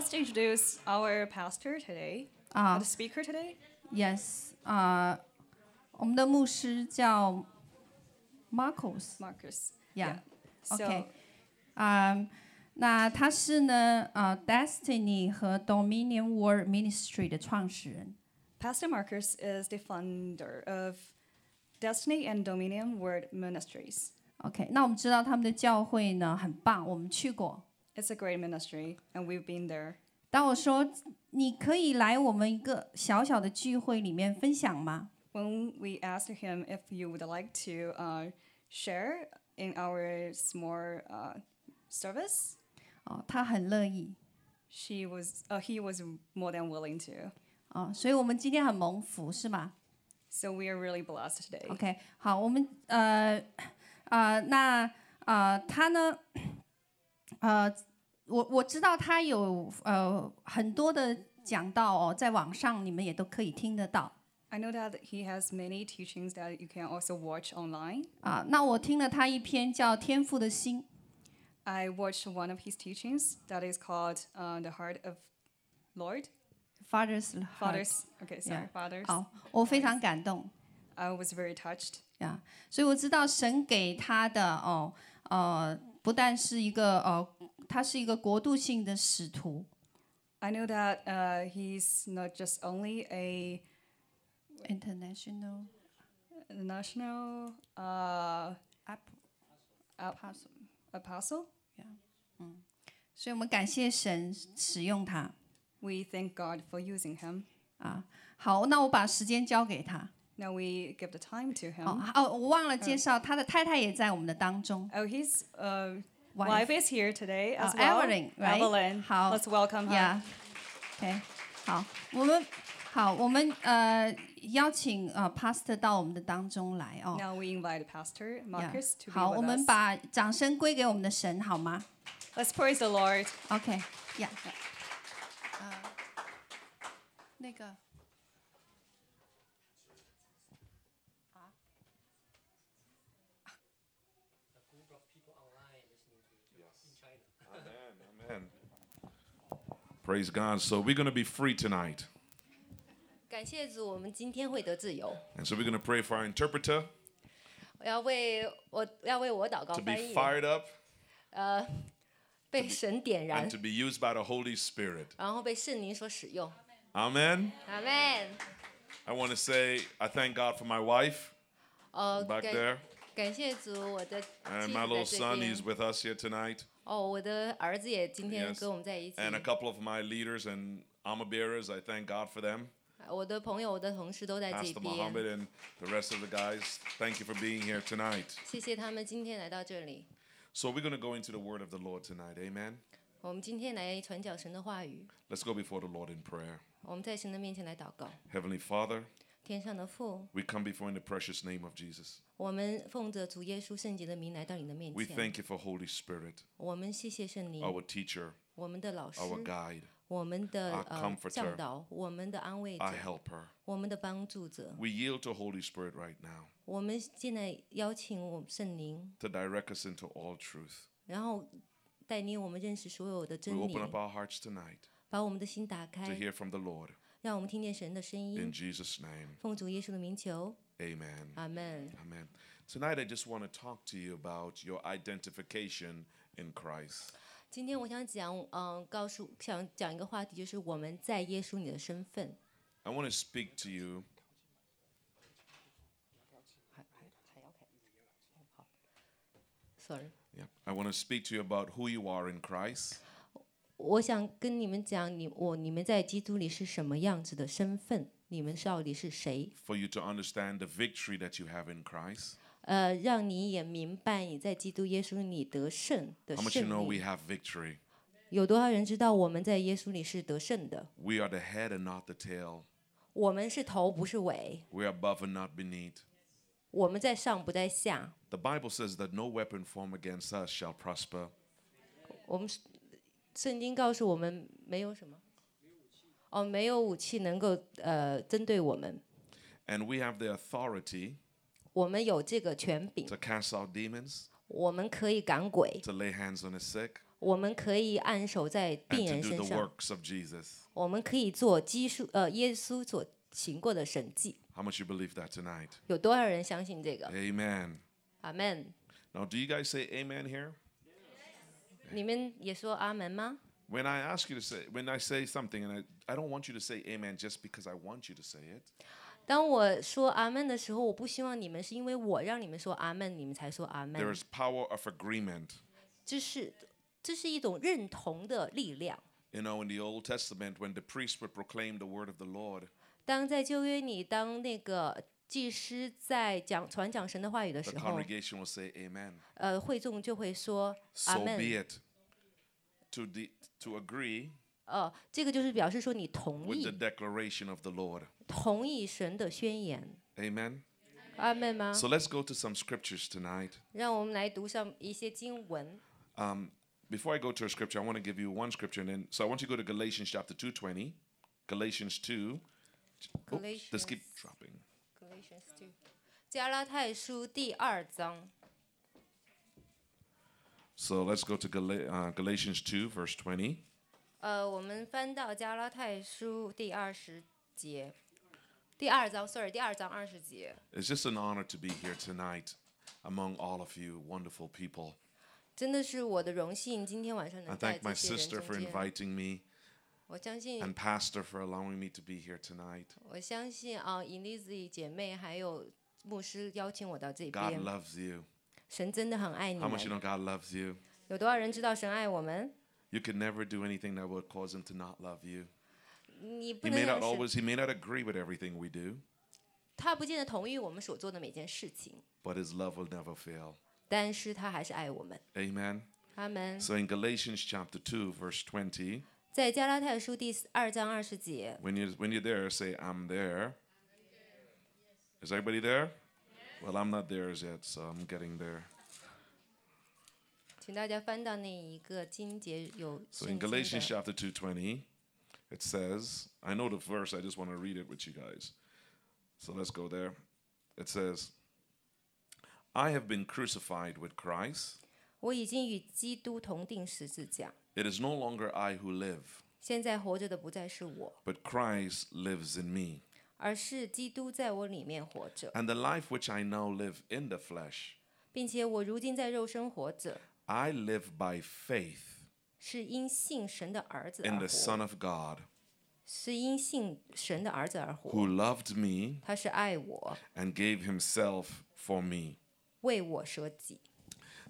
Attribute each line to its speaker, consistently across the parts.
Speaker 1: to introduce our pastor today,
Speaker 2: 啊
Speaker 1: the speaker today.
Speaker 2: ，yes，啊、我们的牧师叫 Marcos，yeah，OK，、
Speaker 1: Marcus.
Speaker 2: OK 啊、那他是呢，呃，Destiny 和 Dominion World Ministry 的创始人。
Speaker 1: Pastor Marcus is the founder of Destiny and Dominion Word Ministries.
Speaker 2: OK，那我们知道他们的教会呢很棒，我们去过。
Speaker 1: It's a great ministry, and we've been there.
Speaker 2: 当我说你可以来我们一个小小的聚会里面分享吗？
Speaker 1: When we asked him if you would like to uh, share in our small uh, service,
Speaker 2: 哦，他很乐意
Speaker 1: she was uh, he was more than willing to.
Speaker 2: 哦，所以我们今天很蒙福，是吗？
Speaker 1: So we are really blessed today.
Speaker 2: OK，好，我们呃呃，那呃，他呢， 呃，我我知道他有呃很多的讲道哦，在网上你们也都可以听得到
Speaker 1: I know that he has many teachings that you can also watch online.
Speaker 2: 啊、那我听了他一篇叫《天赋的心》，
Speaker 1: I watched one of his teachings that is called uh, "The Heart of Lord
Speaker 2: Father's Heart
Speaker 1: Fathers." Okay, sorry,
Speaker 2: Yeah. Oh.
Speaker 1: Fathers.
Speaker 2: 好，我非常感动
Speaker 1: I was very touched.
Speaker 2: 呀所以我知道神给他的哦呃，不但是一个呃，他是一个国度性的使徒，
Speaker 1: I know that uh, he's not just only a
Speaker 2: international
Speaker 1: national uh,
Speaker 2: app
Speaker 1: Ap-
Speaker 2: apostle
Speaker 1: apostle.
Speaker 2: 所以我们感谢神使用它
Speaker 1: We thank God for using him.
Speaker 2: 啊。好，那我把时间交给他。
Speaker 1: Now we give the time to him.
Speaker 2: 哦哦，我忘了介
Speaker 1: 嗯
Speaker 2: 绍，他的太太也在我们的当中
Speaker 1: Oh, his uh,
Speaker 2: Wife.
Speaker 1: wife. is here today as
Speaker 2: Oh,
Speaker 1: well.
Speaker 2: Evelyn, right?
Speaker 1: Evelyn.
Speaker 2: How-
Speaker 1: Let's welcome her.
Speaker 2: ，Yeah。OK，好，我们好，我们呃邀请呃 Pastor 到我们的当中来哦。
Speaker 1: Now we invite Pastor Marcus to be
Speaker 2: Yeah. 好，
Speaker 1: with
Speaker 2: 我们
Speaker 1: us.
Speaker 2: 把掌声归给我们的神好吗
Speaker 1: Let's praise the Lord.
Speaker 2: ？OK，呀、呃那个。
Speaker 3: Amen. Praise God. So we're going to be free tonight.
Speaker 4: 感谢主，我们今天会得自由。
Speaker 3: And so we're going to pray for our interpreter
Speaker 4: 我要为我我要为我祷告
Speaker 3: to
Speaker 4: 翻
Speaker 3: be
Speaker 4: 译，
Speaker 3: fired up
Speaker 4: 呃，被神点燃
Speaker 3: and，to be used by the Holy Spirit.
Speaker 4: 然后被圣灵所使用。
Speaker 3: Amen.
Speaker 4: 阿门。
Speaker 3: I want to say I thank God for my wife
Speaker 4: 哦，
Speaker 3: back
Speaker 4: 感
Speaker 3: there
Speaker 4: 感谢主，我的妻
Speaker 3: and
Speaker 4: 子
Speaker 3: my
Speaker 4: 在
Speaker 3: little
Speaker 4: 这
Speaker 3: son.
Speaker 4: 边
Speaker 3: He's。with us here tonight.
Speaker 4: 哦，我的儿子也今天
Speaker 3: Yes.
Speaker 4: 跟我们在一起。
Speaker 3: And a couple of my leaders and armor bearers. I thank God for them.
Speaker 4: 我的朋友、我的同事都在这
Speaker 3: Pastor Mohammed
Speaker 4: 边，
Speaker 3: and the rest of the guys. Thank you for being here tonight.
Speaker 4: 谢谢他们今天来到这里。
Speaker 3: So we're going to go into the word of the Lord tonight. Amen.
Speaker 4: 我们今天来传讲神的话语，
Speaker 3: Let's go before the Lord in prayer.
Speaker 4: 我们在神的面前来祷告。
Speaker 3: Heavenly Father,
Speaker 4: 天上的父，
Speaker 3: We come before in the precious name of Jesus.
Speaker 4: 我们奉着主耶稣圣洁的名来到你的面
Speaker 3: We
Speaker 4: 前，
Speaker 3: thank you for Holy Spirit,
Speaker 4: 我们谢谢圣灵。
Speaker 3: our teacher,
Speaker 4: 我们的老师，
Speaker 3: our guide,
Speaker 4: 我们的
Speaker 3: our
Speaker 4: 呃
Speaker 3: 啊 comforter，
Speaker 4: 教导，我们的安慰者
Speaker 3: our，helper.
Speaker 4: 我们的帮助者。
Speaker 3: We yield to Holy Spirit right now
Speaker 4: 我们现在邀请我们圣灵，
Speaker 3: to direct us into all truth.
Speaker 4: 然后带领我们认识所有的
Speaker 3: We
Speaker 4: 真理
Speaker 3: open，up our hearts tonight
Speaker 4: 把我们的心打
Speaker 3: to
Speaker 4: 开，
Speaker 3: hear from the Lord.
Speaker 4: 让我们听见神的声
Speaker 3: In
Speaker 4: 音。
Speaker 3: Jesus' name,
Speaker 4: 奉主耶稣的名求，
Speaker 3: amen.
Speaker 4: 阿门。
Speaker 3: Amen. Tonight, I just want to talk to you about your identification in Christ.
Speaker 4: 今天我想讲，嗯、告诉想讲一个话题，就是我们在耶稣你的身份。
Speaker 3: I want to speak to you
Speaker 4: 还还还要看，好，sorry。
Speaker 3: yeah, I want to speak to you about who you are in Christ
Speaker 4: 我想跟你们讲，你我你们在基督里是什么样子的身份？你们到底是谁？
Speaker 3: for you to understand the victory that you have in Christ.
Speaker 4: 呃，让你也明白你在基督耶稣里得胜的
Speaker 3: How much you know
Speaker 4: 胜
Speaker 3: we
Speaker 4: 利。
Speaker 3: have victory.
Speaker 4: 有多少人知道我们在耶稣里是得胜的？
Speaker 3: We are the head and not the tail.
Speaker 4: 我们是头不是尾，
Speaker 3: We are above and not beneath.
Speaker 4: 我们在上不在下。
Speaker 3: The Bible says that no weapon formed against us shall prosper.
Speaker 4: 我们是圣经告诉我们没有什么，哦，没有武器能够呃针对我们，
Speaker 3: And we have the authority
Speaker 4: 我们有这个权柄，
Speaker 3: to cast out demons,
Speaker 4: 我们可以赶鬼，
Speaker 3: to lay hands on the sick,
Speaker 4: 我们可以按手在
Speaker 3: and
Speaker 4: 病
Speaker 3: to
Speaker 4: 人
Speaker 3: do
Speaker 4: 身
Speaker 3: the
Speaker 4: 上，
Speaker 3: works of Jesus.
Speaker 4: 我们可以做基数呃耶稣所行过的神迹。
Speaker 3: How much you believe that tonight?
Speaker 4: 有多少人相信这个？
Speaker 3: Amen.
Speaker 4: 阿门。
Speaker 3: Now, do you guys say amen here?
Speaker 4: 你们也说阿门吗？
Speaker 3: When I ask you to say, when I say something, and I, I don't want you to say amen just because I want you to say it.
Speaker 4: 当我说阿门的时候，我不希望你们是因为我让你们说阿门，你们才说阿
Speaker 3: There
Speaker 4: 门。
Speaker 3: is power of agreement.
Speaker 4: 这是这是一种认同的力量。
Speaker 3: You know, in the Old Testament, when the priests would proclaim the word of the Lord,
Speaker 4: 当在旧约里，当那个祭司在讲传讲神的话语的
Speaker 3: the
Speaker 4: 时候，
Speaker 3: congregation will say amen.
Speaker 4: 呃，会众就会说阿
Speaker 3: So be
Speaker 4: 门。
Speaker 3: it. To, de- to agree
Speaker 4: 呃，这个就是表示说你同
Speaker 3: with the
Speaker 4: 意
Speaker 3: declaration of the Lord.
Speaker 4: 同意神的宣言，
Speaker 3: Amen.
Speaker 4: 阿门吗？
Speaker 3: So let's go to some scriptures tonight.
Speaker 4: 让我们来读上一些经文。
Speaker 3: Um, before I go to a scripture, I want to give you one scripture, and then so I want you to go to Galatians chapter two twenty, Galatians two. Oh, let's keep dropping.
Speaker 4: Galatians two，加拉太书第二章，
Speaker 3: So let's go to Gala- uh, Galatians two verse twenty.
Speaker 4: 呃，我们翻到加拉太书第二十节，第二章，sorry，第二章二十节。
Speaker 3: It's just an honor to be here tonight, among all of you wonderful people.
Speaker 4: 真的是我的荣幸，今天晚上
Speaker 3: I
Speaker 4: 能在
Speaker 3: thank my
Speaker 4: 这些人
Speaker 3: sister for
Speaker 4: 中间。
Speaker 3: inviting me
Speaker 4: 我相信
Speaker 3: and pastor for allowing me to be here tonight.
Speaker 4: 我相信啊 e l i z y 姐妹还有牧师邀请我到这
Speaker 3: God
Speaker 4: 边，
Speaker 3: loves you.
Speaker 4: 神真的很爱你
Speaker 3: How much you
Speaker 4: 们。
Speaker 3: know God loves you?
Speaker 4: 有多少人知道神爱我们？
Speaker 3: You can never do anything that would cause him to not love you.
Speaker 4: 你
Speaker 3: He
Speaker 4: 不
Speaker 3: may
Speaker 4: 能让
Speaker 3: not
Speaker 4: 神，
Speaker 3: always he may not agree with everything we do,
Speaker 4: 他不见得同意我们所做的每件事情，
Speaker 3: but his love will never fail.
Speaker 4: 但是他还是爱我们。
Speaker 3: Amen.
Speaker 4: 阿门。
Speaker 3: So in Galatians chapter 2 verse 20,
Speaker 4: 在加拉太书第二章二十节，
Speaker 3: when you when you're there say I'm there. Is everybody there? Well, I'm not there as yet, so I'm getting there.
Speaker 4: 请大家翻到那一个经节有
Speaker 3: So
Speaker 4: 圣
Speaker 3: in
Speaker 4: 经
Speaker 3: Galatians chapter
Speaker 4: 的
Speaker 3: 2:20, it says, I know the verse, I just want to read it with you guys. So let's go there. It says, I have been crucified with Christ.
Speaker 4: 我已经与基督同定十字架，
Speaker 3: It is no longer I who live,
Speaker 4: 现在活着的不再是我，
Speaker 3: but Christ lives in me.
Speaker 4: 而是基督在我里面活着，
Speaker 3: And the life which I now live in the flesh,
Speaker 4: 并且我如今在肉身活着，
Speaker 3: I live by faith
Speaker 4: 是因信神的儿子
Speaker 3: in
Speaker 4: 而
Speaker 3: the
Speaker 4: 活，
Speaker 3: Son of God,
Speaker 4: 是因信神的儿子而活。
Speaker 3: who loved me
Speaker 4: 他是爱我，
Speaker 3: and gave himself for me.
Speaker 4: 为我舍己。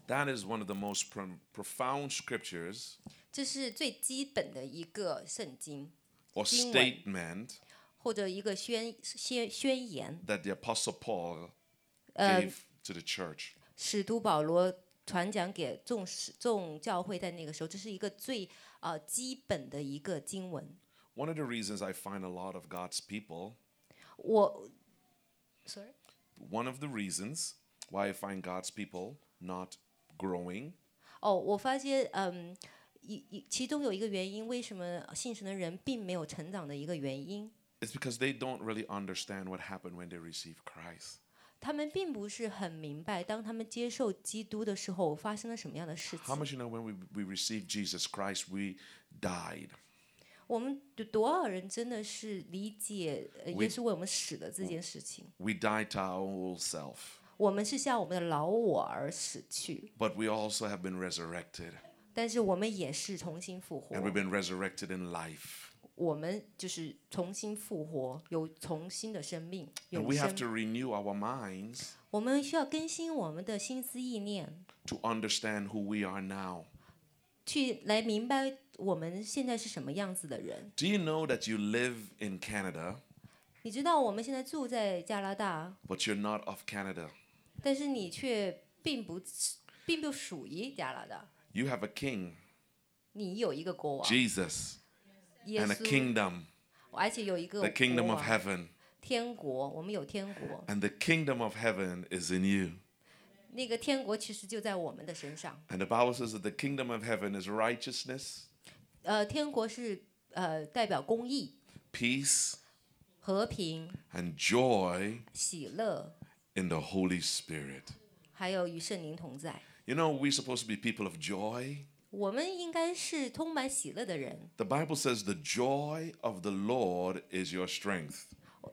Speaker 3: That is one of the most pro- profound scriptures
Speaker 4: 这是最基本的一个圣经
Speaker 3: or
Speaker 4: Ding one.
Speaker 3: statement
Speaker 4: 或者一个宣宣宣言，
Speaker 3: that the Apostle Paul gave to the church.
Speaker 4: 使徒保罗传讲给众使众教会，在那个时候，这是一个最呃基本的一个经文。
Speaker 3: One of the reasons I find a lot of God's people,
Speaker 4: 我，sorry，
Speaker 3: one of the reasons why I find God's people not growing
Speaker 4: 哦，我发现，嗯，一一其中有一个原因，为什么信神的人并没有成长的一个原因，
Speaker 3: is because they don't really understand what happened when they received Christ.
Speaker 4: 他们并不是很明白，当他们接受基督的时候发生了什么样的事
Speaker 3: How
Speaker 4: 情。
Speaker 3: much you know when we, we received Jesus Christ, we died.
Speaker 4: 我们有多少人真的是理解呃
Speaker 3: We-
Speaker 4: 耶稣为我们死的这件事情？
Speaker 3: We died to our old self,
Speaker 4: 我们是向我们的老我而死去，
Speaker 3: but we also have been resurrected,
Speaker 4: 但是我们也是重新复活
Speaker 3: and。we've been resurrected in life.
Speaker 4: 我们就是重新复活，有重新的生命，
Speaker 3: And
Speaker 4: 永
Speaker 3: we have to
Speaker 4: 生。
Speaker 3: renew our minds
Speaker 4: 我们需要更新我们的心思意念，
Speaker 3: to understand who we are now.
Speaker 4: 去来明白我们现在是什么样子的人。
Speaker 3: Do you know that you live in Canada,
Speaker 4: 你知道我们现在住在加拿大，
Speaker 3: but you're not of Canada?
Speaker 4: 但是你却并不并不属于加拿大，
Speaker 3: You have a king,
Speaker 4: 你有一个国王，
Speaker 3: Jesus,
Speaker 4: 耶
Speaker 3: and a
Speaker 4: 稣，
Speaker 3: kingdom,
Speaker 4: 而且有一个
Speaker 3: the kingdom
Speaker 4: 国
Speaker 3: of
Speaker 4: 王
Speaker 3: heaven.
Speaker 4: 天国，我们有天国，
Speaker 3: And the kingdom of heaven is in you.
Speaker 4: 那个天国其实就在我们的身上。
Speaker 3: And the Bible says that the kingdom of heaven is righteousness,
Speaker 4: 呃，天国是呃代表公义、
Speaker 3: peace,
Speaker 4: 和平、
Speaker 3: and joy
Speaker 4: 喜乐，
Speaker 3: in the Holy Spirit.
Speaker 4: 还有与圣灵同在。
Speaker 3: You know, we're supposed to be people of joy,
Speaker 4: 我们应该是充满喜乐的人。
Speaker 3: The Bible says, The joy of the Lord is your strength.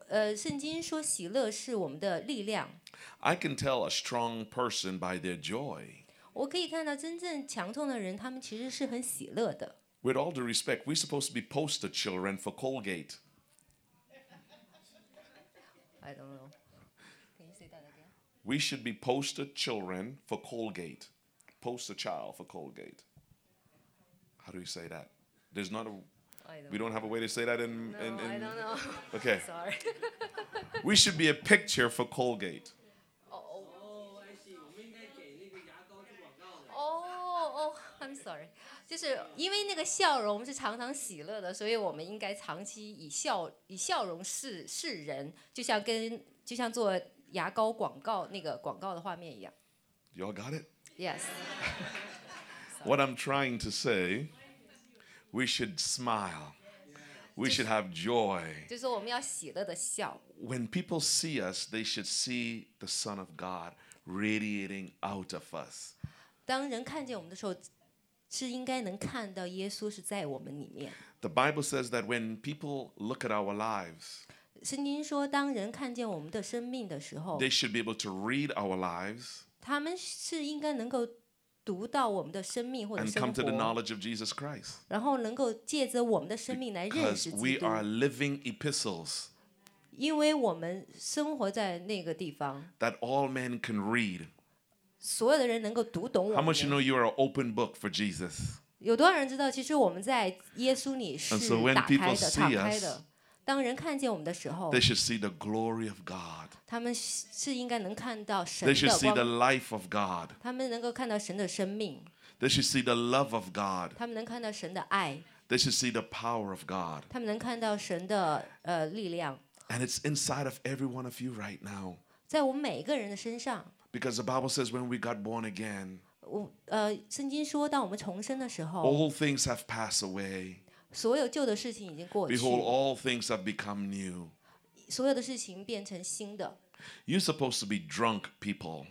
Speaker 4: 呃，圣经说喜乐是我们的力量。
Speaker 3: I can tell a strong person by their joy.
Speaker 4: 我可以看到真正强痛的人，他们其实是很喜乐的。
Speaker 3: With all due respect, we're supposed to be poster children for Colgate.
Speaker 4: I don't know.
Speaker 3: We should be poster children for Colgate. Poster child for Colgate. How do we say that? There's not a.
Speaker 4: I don't
Speaker 3: We don't have a way to say that in. in,
Speaker 4: I
Speaker 3: in
Speaker 4: don't know.
Speaker 3: okay.
Speaker 4: Sorry.
Speaker 3: We should be a picture for Colgate.
Speaker 5: 哦，I see，我们应该给那个牙膏做广告的。
Speaker 4: 哦哦，I'm sorry，就是因为那个笑容是常常喜乐的，所以我们应该长期以笑以笑容示示人，就像跟就像做牙膏广告那个广告的画面一样。
Speaker 3: Y'all got it?
Speaker 4: Yes，
Speaker 3: What I'm trying to say, we should smile. We should have joy.
Speaker 4: 就是说我们要喜乐的笑。
Speaker 3: When people see us, they should see the Son of God radiating out of us.
Speaker 4: 当人看见我们的时候，是应该能看到耶稣是在我们里面。
Speaker 3: The Bible says that when people look at our lives,
Speaker 4: 圣经说，当人看见我们的生命的时候
Speaker 3: they，should be able to read our lives
Speaker 4: 他们是应该能够读到我们的生命或者
Speaker 3: and
Speaker 4: 生
Speaker 3: come to the
Speaker 4: 活。
Speaker 3: knowledge of Jesus Christ.
Speaker 4: 然后能够借着我们的生命来认
Speaker 3: Because
Speaker 4: 识基
Speaker 3: we
Speaker 4: 督，
Speaker 3: are living epistles
Speaker 4: 因为我们生活在那个地方，
Speaker 3: that all men can read.
Speaker 4: 所有的人能够读懂我
Speaker 3: How much you
Speaker 4: 们。
Speaker 3: know you are an open book for Jesus?
Speaker 4: 有多少人知道，其实我们在耶稣里
Speaker 3: so
Speaker 4: 是
Speaker 3: when
Speaker 4: 打开
Speaker 3: people
Speaker 4: 的、
Speaker 3: see
Speaker 4: 敞开
Speaker 3: us-
Speaker 4: 的。当人看见我们的时候
Speaker 3: They，should see the glory of God.
Speaker 4: 他们是是应该能看到神
Speaker 3: They should
Speaker 4: 的
Speaker 3: see the
Speaker 4: 光，
Speaker 3: life of God.
Speaker 4: 他们能够看到神的生命，
Speaker 3: They should see the love of God.
Speaker 4: 他们能看到神的爱，
Speaker 3: They should see the power of God.
Speaker 4: 他们能看到神的呃力量，
Speaker 3: And it's inside of every one of you right now.
Speaker 4: 在我们每一个人的身上。
Speaker 3: Because the Bible says when we got born again,
Speaker 4: 我呃，圣经说，当我们重生的时候，
Speaker 3: all things have passed away.
Speaker 4: 所有旧的事情已经过去。
Speaker 3: Behold, all things have become new.
Speaker 4: 所有的事情变成新的。
Speaker 3: You're supposed to be drunk people.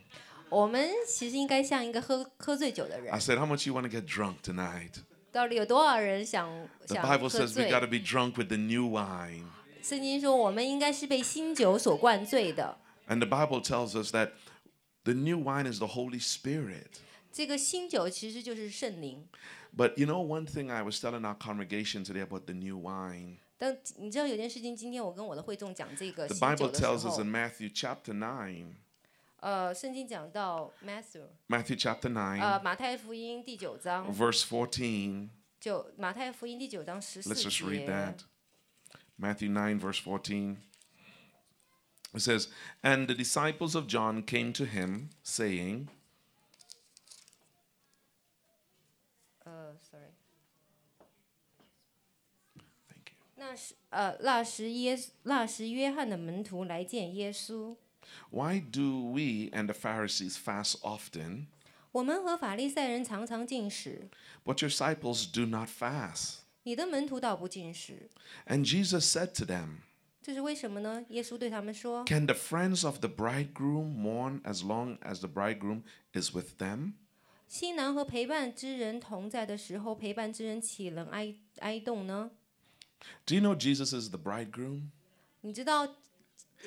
Speaker 4: 我们其实应该像一个喝喝醉酒的人
Speaker 3: I。said, How much you want to get drunk tonight?
Speaker 4: 到底有多少人想
Speaker 3: The
Speaker 4: 想
Speaker 3: Bible
Speaker 4: 喝
Speaker 3: says we got to
Speaker 4: 醉？
Speaker 3: be drunk with the new wine.
Speaker 4: 圣经说，我们应该是被新酒所灌醉的。
Speaker 3: And the Bible tells us that the new wine is the Holy Spirit.
Speaker 4: 这个新酒其实就是圣灵。
Speaker 3: But you know, one thing I was telling our congregation today about the new wine.
Speaker 4: 但你知道有件事情，今天我跟我的会众讲这个
Speaker 3: The
Speaker 4: 新
Speaker 3: Bible
Speaker 4: 酒的时
Speaker 3: tells us
Speaker 4: 候
Speaker 3: in，Matthew chapter 9,
Speaker 4: 呃，圣经讲到 Matthew，
Speaker 3: Matthew chapter 9,
Speaker 4: 呃，马太福音第九章
Speaker 3: verse 14.
Speaker 4: 九，马太福音第九章十四
Speaker 3: Let's just read
Speaker 4: 节
Speaker 3: that. Matthew 9, verse 14. It says, And the disciples of John came to him, saying,
Speaker 4: 呃，sorry，
Speaker 3: Thank you.
Speaker 4: 那时呃，那时耶稣那时约翰的门徒来见耶稣。
Speaker 3: Why do we and the Pharisees fast often,
Speaker 4: 我们和法利赛人常常进食，
Speaker 3: but your disciples do not fast?
Speaker 4: 你的门徒倒不进食，
Speaker 3: And Jesus said to them,
Speaker 4: 这是为什么呢？耶稣对他们说
Speaker 3: Can the friends of the bridegroom mourn as long as the bridegroom is with them?：“
Speaker 4: 新郎和陪伴之人同在的时候，陪伴之人岂能哀哀动呢？
Speaker 3: Do you know Jesus is the bridegroom?
Speaker 4: 你知道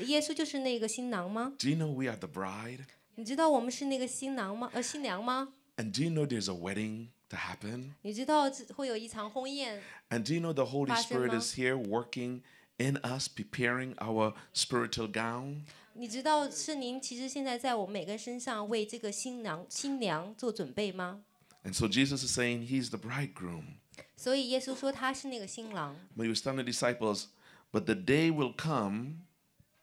Speaker 4: 耶稣就是那个新郎吗？
Speaker 3: Do you know we are the bride?
Speaker 4: 你知道我们是那个新郎吗？呃，新娘吗？
Speaker 3: And do you know there's a wedding to happen?
Speaker 4: 你知道这会有一场婚宴？
Speaker 3: And do you know the Holy
Speaker 4: Pastor
Speaker 3: Spirit
Speaker 4: Ma.
Speaker 3: is here working in us, preparing our spiritual gown?
Speaker 4: 你知道圣灵其实现在在我们每个人身上为这个新郎新娘做准备吗？
Speaker 3: And so Jesus is saying he's the bridegroom.
Speaker 4: 所以耶稣说他是那个新郎。
Speaker 3: But he was telling the disciples, but the day will come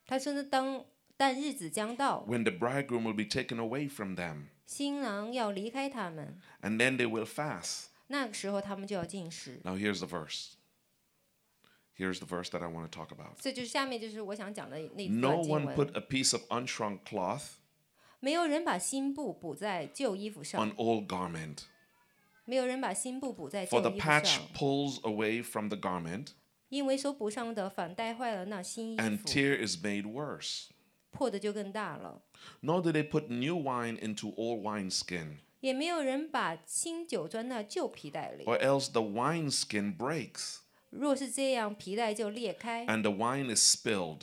Speaker 4: 他说呢，当但日子将到，
Speaker 3: when the bridegroom will be taken away from them,
Speaker 4: 新郎要离开他们。”
Speaker 3: and then they will fast.
Speaker 4: 那个时候他们就要进食。
Speaker 3: Now here's the verse. Here's the verse that I want to talk about.
Speaker 4: 所以就是下面就是我想讲的那一
Speaker 3: No
Speaker 4: 段经
Speaker 3: one
Speaker 4: 文
Speaker 3: put。a piece of unshrunk cloth
Speaker 4: 没有人把新布补在旧衣服
Speaker 3: on
Speaker 4: 上，
Speaker 3: old garment.
Speaker 4: 没有人把新布补在旧
Speaker 3: For the
Speaker 4: 衣服上，
Speaker 3: patch pulls away from the garment,
Speaker 4: 因为手补上的反带坏了那新衣
Speaker 3: and
Speaker 4: 服，
Speaker 3: tear is made worse.
Speaker 4: 破的就更大了。
Speaker 3: Nor do they put new wine into old wineskin,
Speaker 4: 也没有人把新酒装到旧皮袋里。
Speaker 3: or else the wineskin breaks
Speaker 4: 若是这样，皮带就裂开，
Speaker 3: and the wine is spilled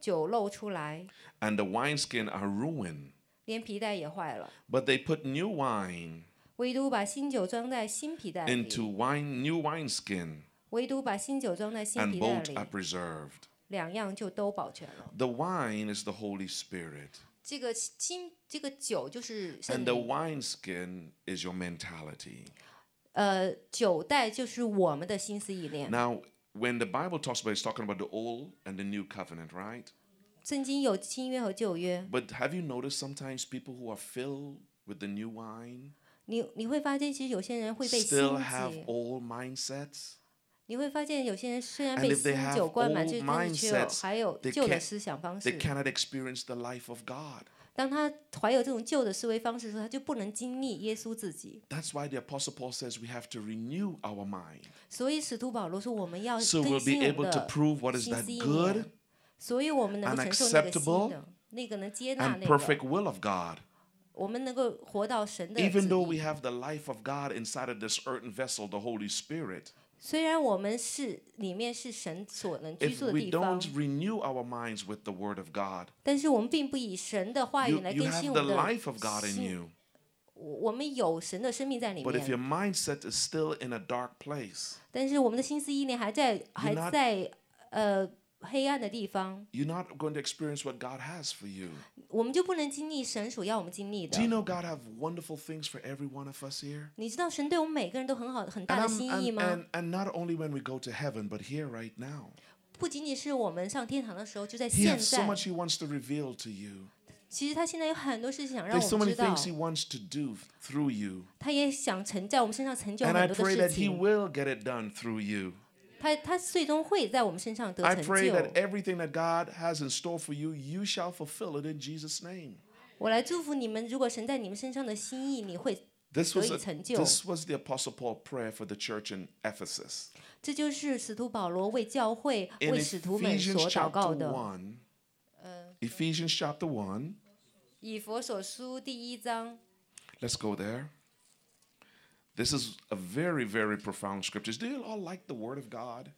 Speaker 4: 酒漏出来，
Speaker 3: and the wineskin are ruined.
Speaker 4: 连皮带也坏了。
Speaker 3: But they put new wine
Speaker 4: 唯独把新酒装在新皮袋
Speaker 3: into
Speaker 4: 里，
Speaker 3: wine, new wineskin,
Speaker 4: 唯独把新酒装在新
Speaker 3: and
Speaker 4: 皮袋
Speaker 3: both
Speaker 4: 里
Speaker 3: are，preserved.
Speaker 4: 两样就都保全了。
Speaker 3: The wine is the Holy Spirit,
Speaker 4: 这个新这个酒就是圣
Speaker 3: and the
Speaker 4: 灵
Speaker 3: wineskin is your mentality.
Speaker 4: 呃，九代就是我们的心思意念。
Speaker 3: Now, when the Bible talks about, it's talking about the old and the new covenant, right?
Speaker 4: 曾经有新约和旧约，
Speaker 3: But have you noticed sometimes people who are filled with the new wine
Speaker 4: 你你会发现，其实有些人会被新
Speaker 3: still have
Speaker 4: 酒，
Speaker 3: old mindsets?
Speaker 4: 你会发现有些人虽然
Speaker 3: And
Speaker 4: 被
Speaker 3: if they
Speaker 4: 新
Speaker 3: have
Speaker 4: 酒灌满，
Speaker 3: old
Speaker 4: 就是但是却有
Speaker 3: mindsets,
Speaker 4: 还有
Speaker 3: they
Speaker 4: 旧的
Speaker 3: can't-
Speaker 4: 思想方
Speaker 3: They
Speaker 4: 式。
Speaker 3: cannot experience the life of God.
Speaker 4: 当他怀有这种旧的思维方式的时候，他就不能经历耶稣自己。
Speaker 3: That's why the Apostle Paul says we have to renew our mind
Speaker 4: 所以使徒保罗说，我们要
Speaker 3: so
Speaker 4: 更
Speaker 3: we'll
Speaker 4: 新
Speaker 3: be
Speaker 4: 我
Speaker 3: able
Speaker 4: 们
Speaker 3: to
Speaker 4: 的
Speaker 3: prove what is
Speaker 4: 心
Speaker 3: that
Speaker 4: 思意
Speaker 3: good
Speaker 4: 念，所以我们能够
Speaker 3: and
Speaker 4: 承受那个新
Speaker 3: acceptable
Speaker 4: 的，那个能接纳
Speaker 3: and
Speaker 4: 那个
Speaker 3: perfect，will of God.
Speaker 4: 我们能够活到神的旨
Speaker 3: Even though
Speaker 4: 意
Speaker 3: we。have the life of God inside of this earthen vessel, the Holy Spirit,
Speaker 4: 虽然我们是里面是神所能居
Speaker 3: if
Speaker 4: 住的
Speaker 3: we
Speaker 4: 地方
Speaker 3: don't，renew our minds with the Word of God,
Speaker 4: 但是我们并不以神的话语
Speaker 3: you,
Speaker 4: 来
Speaker 3: you
Speaker 4: 更新
Speaker 3: have
Speaker 4: 我
Speaker 3: the
Speaker 4: 们的
Speaker 3: life of God in
Speaker 4: 心。
Speaker 3: you.
Speaker 4: 我我们有神的生命在里
Speaker 3: But if your
Speaker 4: 面，
Speaker 3: mindset is still in a dark place,
Speaker 4: 但是我们的心思意念还在还
Speaker 3: not-
Speaker 4: 在呃黑暗的地方，
Speaker 3: you're not going to experience what God has for you.
Speaker 4: 我们就不能经历神所要我们经历的
Speaker 3: Do you。know God have wonderful things for every one of us here?
Speaker 4: 你知道神对我们每个人都很好很大
Speaker 3: And,
Speaker 4: 的
Speaker 3: I'm-
Speaker 4: 心
Speaker 3: and,
Speaker 4: 意吗
Speaker 3: and,？and not only when we go to heaven, but here right now.
Speaker 4: 不仅仅是我们上天堂的时候，就在
Speaker 3: He
Speaker 4: 现
Speaker 3: has so
Speaker 4: 在。
Speaker 3: much He wants to reveal to you.
Speaker 4: 其实他现在有很多事情想让
Speaker 3: There's so
Speaker 4: 我们
Speaker 3: many
Speaker 4: 知道
Speaker 3: things，He wants to do through you.
Speaker 4: 他也想成在我们身上成就很
Speaker 3: And I
Speaker 4: 多的
Speaker 3: pray
Speaker 4: 事
Speaker 3: that He
Speaker 4: 情。
Speaker 3: will get it done through you.
Speaker 4: 他他最终会在我们身上得
Speaker 3: I
Speaker 4: 成
Speaker 3: pray
Speaker 4: 就
Speaker 3: that。everything that God has in store for you, you shall fulfill it in Jesus' name.
Speaker 4: 我来祝福你们，如果神在你们身上的心意，你会
Speaker 3: This was,
Speaker 4: 得
Speaker 3: a-
Speaker 4: 以成就。
Speaker 3: this was the Apostle Paul prayer for the church in Ephesus.
Speaker 4: 这就是使徒保罗为教会、
Speaker 3: In
Speaker 4: 为使徒们所
Speaker 3: Ephesians
Speaker 4: 祷
Speaker 3: chapter
Speaker 4: 告的。
Speaker 3: 1, Ephesians chapter 1,
Speaker 4: 以佛所书第一章，
Speaker 3: let's go there. This is a very, very profound scriptures. Do you all like the Word of God?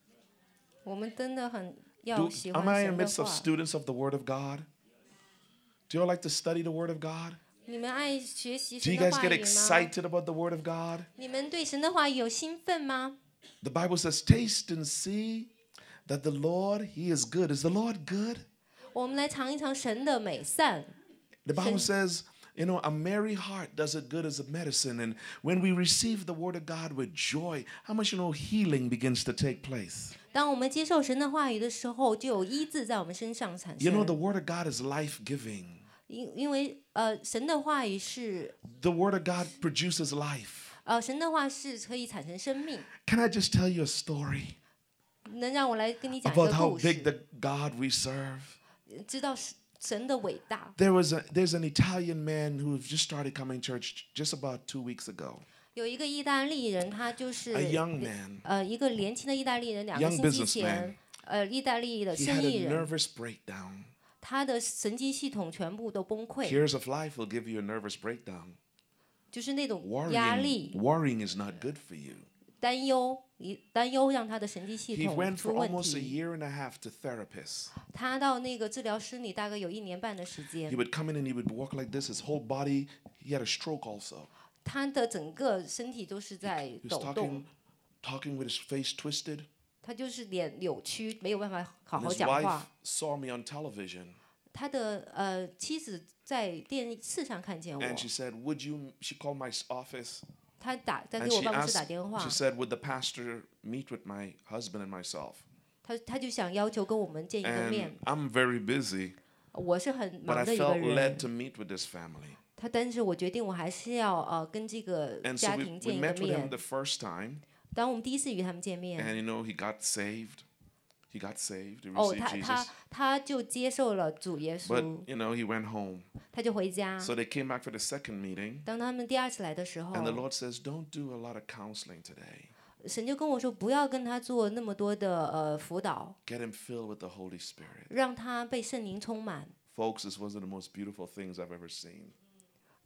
Speaker 4: 我们真的很要
Speaker 3: Do,
Speaker 4: 喜
Speaker 3: am I
Speaker 4: 欢
Speaker 3: in the
Speaker 4: 神的
Speaker 3: midst of
Speaker 4: 话。
Speaker 3: students of the Word of God? Do you all like to study the Word of God?
Speaker 4: 你们爱学习
Speaker 3: Do
Speaker 4: 神
Speaker 3: you
Speaker 4: 的
Speaker 3: guys
Speaker 4: 话
Speaker 3: get
Speaker 4: 语吗？
Speaker 3: excited about the Word of God?
Speaker 4: 你们对神的话语有兴奋吗？
Speaker 3: The Bible says, Taste and see that the Lord, He is good. Is the Lord good?
Speaker 4: 我们来尝一尝神的美善。
Speaker 3: The Bible says, you know, a merry heart does it good as a medicine. And when we receive the word of God with joy, how much you know healing begins to take place.
Speaker 4: 当我们接受神的话语的时候，就有医治在我们身上产
Speaker 3: You know,
Speaker 4: 生
Speaker 3: the。word of God is life giving.
Speaker 4: 因因为呃，神的话语是
Speaker 3: The word of God produces life.
Speaker 4: 呃，神的话是可以产生生命。
Speaker 3: Can I just tell you a story
Speaker 4: 能让我来跟你讲一
Speaker 3: about
Speaker 4: 个
Speaker 3: how
Speaker 4: 故
Speaker 3: big
Speaker 4: 事，
Speaker 3: the God we serve?
Speaker 4: 知道神神的伟大。
Speaker 3: There was a, there's an Italian man who just started coming to church just about two weeks ago.
Speaker 4: 有一个意大利人，他就是
Speaker 3: A young man.
Speaker 4: 呃一个年轻的意大利人，两个
Speaker 3: Young
Speaker 4: 星期
Speaker 3: businessman
Speaker 4: 前，呃，意大利的
Speaker 3: He had
Speaker 4: 生意
Speaker 3: a
Speaker 4: 人，
Speaker 3: nervous breakdown.
Speaker 4: 他的神经系统全部都崩溃，
Speaker 3: Years of life will give you a nervous breakdown.
Speaker 4: 就是那种压
Speaker 3: Worrying,
Speaker 4: 力、
Speaker 3: worrying is not good for you.
Speaker 4: 担忧，一担忧让他的神经系
Speaker 3: He
Speaker 4: 统
Speaker 3: went
Speaker 4: 出
Speaker 3: for
Speaker 4: 问
Speaker 3: almost a
Speaker 4: 题。
Speaker 3: year and a half to therapists.
Speaker 4: 他到那个治疗室里大概有一年半的时
Speaker 3: He
Speaker 4: 间，
Speaker 3: would come in and he would walk like this. His whole body, he had a stroke also.
Speaker 4: 他的整个身体都是在
Speaker 3: He was
Speaker 4: 抖动
Speaker 3: talking,，talking with his face twisted.
Speaker 4: 他就是脸扭曲，没有办法好
Speaker 3: And
Speaker 4: 好
Speaker 3: his
Speaker 4: 讲
Speaker 3: wife
Speaker 4: 话。
Speaker 3: saw me on television
Speaker 4: 他的呃妻子在电视上看见我，
Speaker 3: and she said, "Would you?" She called my s- office
Speaker 4: 他打在
Speaker 3: and
Speaker 4: 给我
Speaker 3: she
Speaker 4: 办公室打
Speaker 3: asked.
Speaker 4: 电话
Speaker 3: She，said, "Would the pastor meet with my husband and myself?"
Speaker 4: 他他就想要求跟我们见一个
Speaker 3: And
Speaker 4: 面。
Speaker 3: I'm very busy,
Speaker 4: 我是很
Speaker 3: but
Speaker 4: 忙
Speaker 3: I
Speaker 4: 的一个
Speaker 3: felt
Speaker 4: 人
Speaker 3: led，to meet with this family.
Speaker 4: 他但是我决定我还是要呃跟这个
Speaker 3: And so
Speaker 4: 家
Speaker 3: we,
Speaker 4: 庭
Speaker 3: we
Speaker 4: 见一个
Speaker 3: met with him
Speaker 4: 面
Speaker 3: the。first time.
Speaker 4: 当我们第一次与他们见面，
Speaker 3: And you know, he got saved. He got saved. He
Speaker 4: 哦，
Speaker 3: received
Speaker 4: 他
Speaker 3: Jesus.
Speaker 4: 他他就接受了主耶
Speaker 3: But
Speaker 4: 稣，
Speaker 3: you know, he went home.
Speaker 4: 他就回家。
Speaker 3: So they came back for the second meeting.
Speaker 4: 当他们第二次来的时候，
Speaker 3: And the Lord says, Don't do a lot of counseling today.
Speaker 4: 神就跟我说，不要跟他做那么多的呃辅导，
Speaker 3: Get him filled with the Holy Spirit.
Speaker 4: 让他被圣灵充满。
Speaker 3: Folks, this was one of the most beautiful things I've ever seen.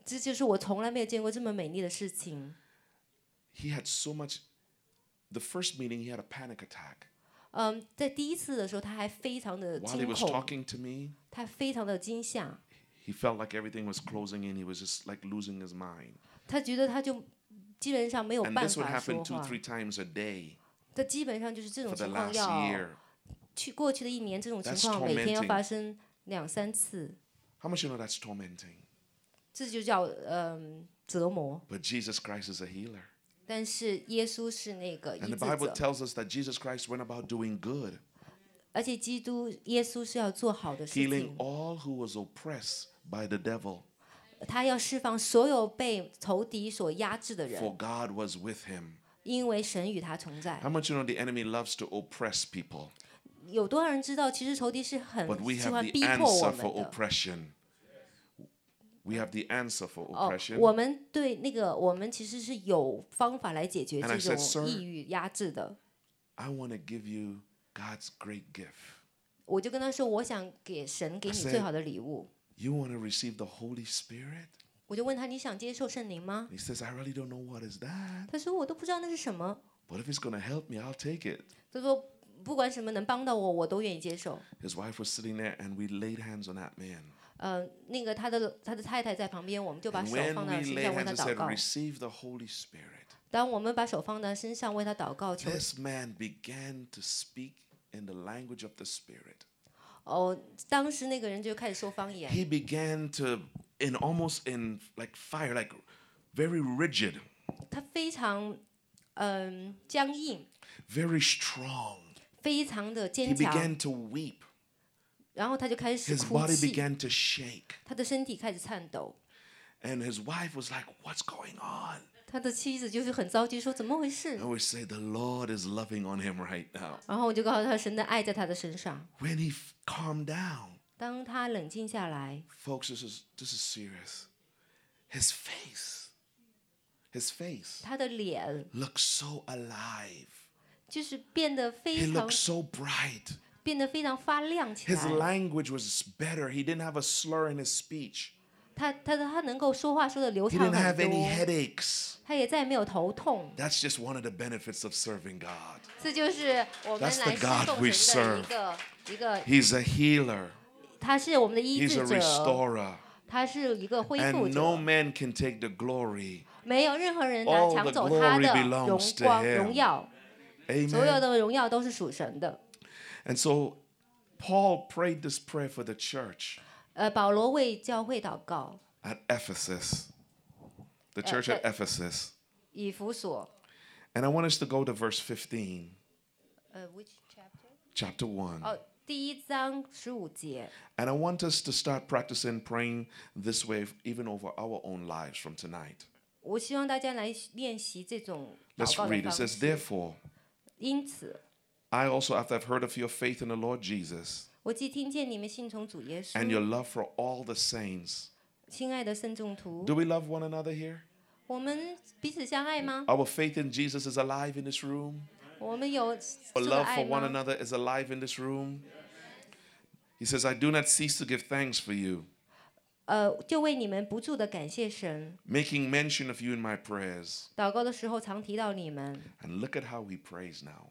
Speaker 4: 这就是我从来没有见过这么美丽的事情。
Speaker 3: He had so much. The first meeting, he had a panic attack
Speaker 4: 嗯，在第一次的时候，他还非常的
Speaker 3: while he
Speaker 4: 惊
Speaker 3: was
Speaker 4: 恐，
Speaker 3: talking to me.
Speaker 4: 他非常的惊吓，
Speaker 3: He felt like everything was closing in. He was just like losing his mind.
Speaker 4: 他觉得他就基本上没有
Speaker 3: And
Speaker 4: 办
Speaker 3: this would
Speaker 4: 法
Speaker 3: happen
Speaker 4: 说
Speaker 3: two,
Speaker 4: 话。
Speaker 3: three times a day
Speaker 4: 他基本上就是这种
Speaker 3: for the
Speaker 4: 情况
Speaker 3: last
Speaker 4: 要
Speaker 3: year.
Speaker 4: 去过去的一年，这种情
Speaker 3: That's
Speaker 4: 况每天要
Speaker 3: tormenting.
Speaker 4: 发生两三次，
Speaker 3: How much you know that's tormenting?
Speaker 4: 这就叫嗯、折磨。
Speaker 3: But Jesus Christ is a healer.
Speaker 4: 但是耶稣是那个医
Speaker 3: And
Speaker 4: 治
Speaker 3: the Bible
Speaker 4: 者，
Speaker 3: tells us that Jesus Christ went about doing good,
Speaker 4: 而且基督耶稣是要做好的事
Speaker 3: healing
Speaker 4: 情，
Speaker 3: all who was oppressed by the devil,
Speaker 4: 他要释放所有被仇敌所压制的
Speaker 3: for
Speaker 4: 人，
Speaker 3: God was with him.
Speaker 4: 因为神与他同在
Speaker 3: How。much you know the enemy loves to oppress people,
Speaker 4: 有多少人知道，其实仇敌是很
Speaker 3: but we
Speaker 4: 喜
Speaker 3: have
Speaker 4: 欢
Speaker 3: the
Speaker 4: 逼迫我
Speaker 3: answer
Speaker 4: 们
Speaker 3: for
Speaker 4: 的。
Speaker 3: oppression. We have the answer for
Speaker 4: 哦
Speaker 3: oppression.，
Speaker 4: 我们对那个，我们其实是有方法来解决
Speaker 3: And I
Speaker 4: 这
Speaker 3: said,
Speaker 4: 种
Speaker 3: "Sir,
Speaker 4: 抑郁压制的。
Speaker 3: I want to give you God's great gift.
Speaker 4: 我就跟他说，我想给神给
Speaker 3: I
Speaker 4: 你
Speaker 3: said-
Speaker 4: 最好的礼物。
Speaker 3: You want to receive the Holy Spirit?
Speaker 4: 我就问他，你想接受圣灵吗？
Speaker 3: He says, I really don't know what is that.
Speaker 4: 他说我都不知道那是什么。
Speaker 3: But if it's going to help me, I'll take it.
Speaker 4: 他说不管什么能帮到我，我都愿意接受。
Speaker 3: His wife was sitting there, and we laid hands on that man.
Speaker 4: 呃，那个他的他的太太在旁边，我们就把
Speaker 3: And
Speaker 4: 手
Speaker 3: when
Speaker 4: 放到他
Speaker 3: we
Speaker 4: 身
Speaker 3: laid
Speaker 4: 上为
Speaker 3: hands
Speaker 4: 他
Speaker 3: and
Speaker 4: 祷
Speaker 3: said,
Speaker 4: 告。
Speaker 3: Receive the Holy Spirit,
Speaker 4: 当我们把手放到身上为他祷告求，
Speaker 3: this man began to speak in the language of the Spirit.
Speaker 4: 哦，当时那个人就开始说方言，
Speaker 3: He began to, in almost in like fire, like very rigid,
Speaker 4: 他非常嗯、僵硬，
Speaker 3: very strong.
Speaker 4: 非常的
Speaker 3: He
Speaker 4: 坚强，
Speaker 3: began to weep.
Speaker 4: 然后他就开始
Speaker 3: His
Speaker 4: 哭
Speaker 3: body
Speaker 4: 泣，
Speaker 3: began to shake.
Speaker 4: 他的身体开始颤抖。
Speaker 3: And his wife was like, What's going on?
Speaker 4: 他的妻子就是很着急说怎么回事
Speaker 3: I，always say, The Lord is loving on him right now.
Speaker 4: 然后我就告诉他神的爱在他的身上。
Speaker 3: When he f- calmed down,
Speaker 4: 当他冷静下来，
Speaker 3: folks, this is, this is serious. His face, his face
Speaker 4: 他的脸
Speaker 3: looks so alive.
Speaker 4: 就是变得
Speaker 3: He
Speaker 4: 非常
Speaker 3: looked so bright.
Speaker 4: 变得非常发亮起
Speaker 3: His
Speaker 4: 来。
Speaker 3: language was better. He didn't have a slur in his speech.
Speaker 4: 他他他能够说话说的流
Speaker 3: He
Speaker 4: 畅
Speaker 3: didn't have
Speaker 4: 很
Speaker 3: any
Speaker 4: 多，
Speaker 3: headaches.
Speaker 4: 他也再也没有头痛。
Speaker 3: That's just one of the benefits of serving God.
Speaker 4: 这就是我们
Speaker 3: That's the
Speaker 4: 来侍
Speaker 3: God we
Speaker 4: 奉神的一个一个，
Speaker 3: He's a healer.
Speaker 4: 他是我们的医
Speaker 3: He's a
Speaker 4: 治者，
Speaker 3: restorer.
Speaker 4: 他是一个恢复
Speaker 3: And
Speaker 4: 者。
Speaker 3: no man can take the glory.
Speaker 4: 没有任何人拿
Speaker 3: All the
Speaker 4: 抢走他
Speaker 3: glory
Speaker 4: 的
Speaker 3: belongs
Speaker 4: 荣
Speaker 3: to
Speaker 4: 光、
Speaker 3: him
Speaker 4: 荣耀，所有
Speaker 3: Amen.
Speaker 4: 的荣耀都是属神的。
Speaker 3: And so Paul prayed this prayer for the church
Speaker 4: 呃，保罗为教会祷告，
Speaker 3: at Ephesus. The church at Ephesus.
Speaker 4: 以弗所，
Speaker 3: And I want us to go to verse 15,
Speaker 4: 呃，which chapter？
Speaker 3: chapter 1.
Speaker 4: 哦，第一章十五节。
Speaker 3: And I want us to start practicing praying this way, even over our own lives from tonight.
Speaker 4: 我希望大家来练习这种
Speaker 3: Let's
Speaker 4: 祷告的
Speaker 3: read. It
Speaker 4: 方
Speaker 3: says,
Speaker 4: 式。
Speaker 3: Therefore,
Speaker 4: 因此，
Speaker 3: I also, after I've heard of your faith in the Lord Jesus
Speaker 4: 我既听见你们信从主耶
Speaker 3: and your
Speaker 4: 稣，
Speaker 3: love for all the saints,
Speaker 4: 亲爱的圣众徒
Speaker 3: do，we love one another here?
Speaker 4: 我们彼此相爱吗？
Speaker 3: Our faith in Jesus is alive in this room.
Speaker 4: 我们有这
Speaker 3: Our
Speaker 4: 个
Speaker 3: love
Speaker 4: 爱
Speaker 3: for one
Speaker 4: 吗？
Speaker 3: another is alive in this room. He says, I do not cease to give thanks for you,
Speaker 4: 呃，就为你们不住的感谢神。
Speaker 3: making mention of you in my prayers.
Speaker 4: 祷告的时候常提到你们。
Speaker 3: And look at how he prays now.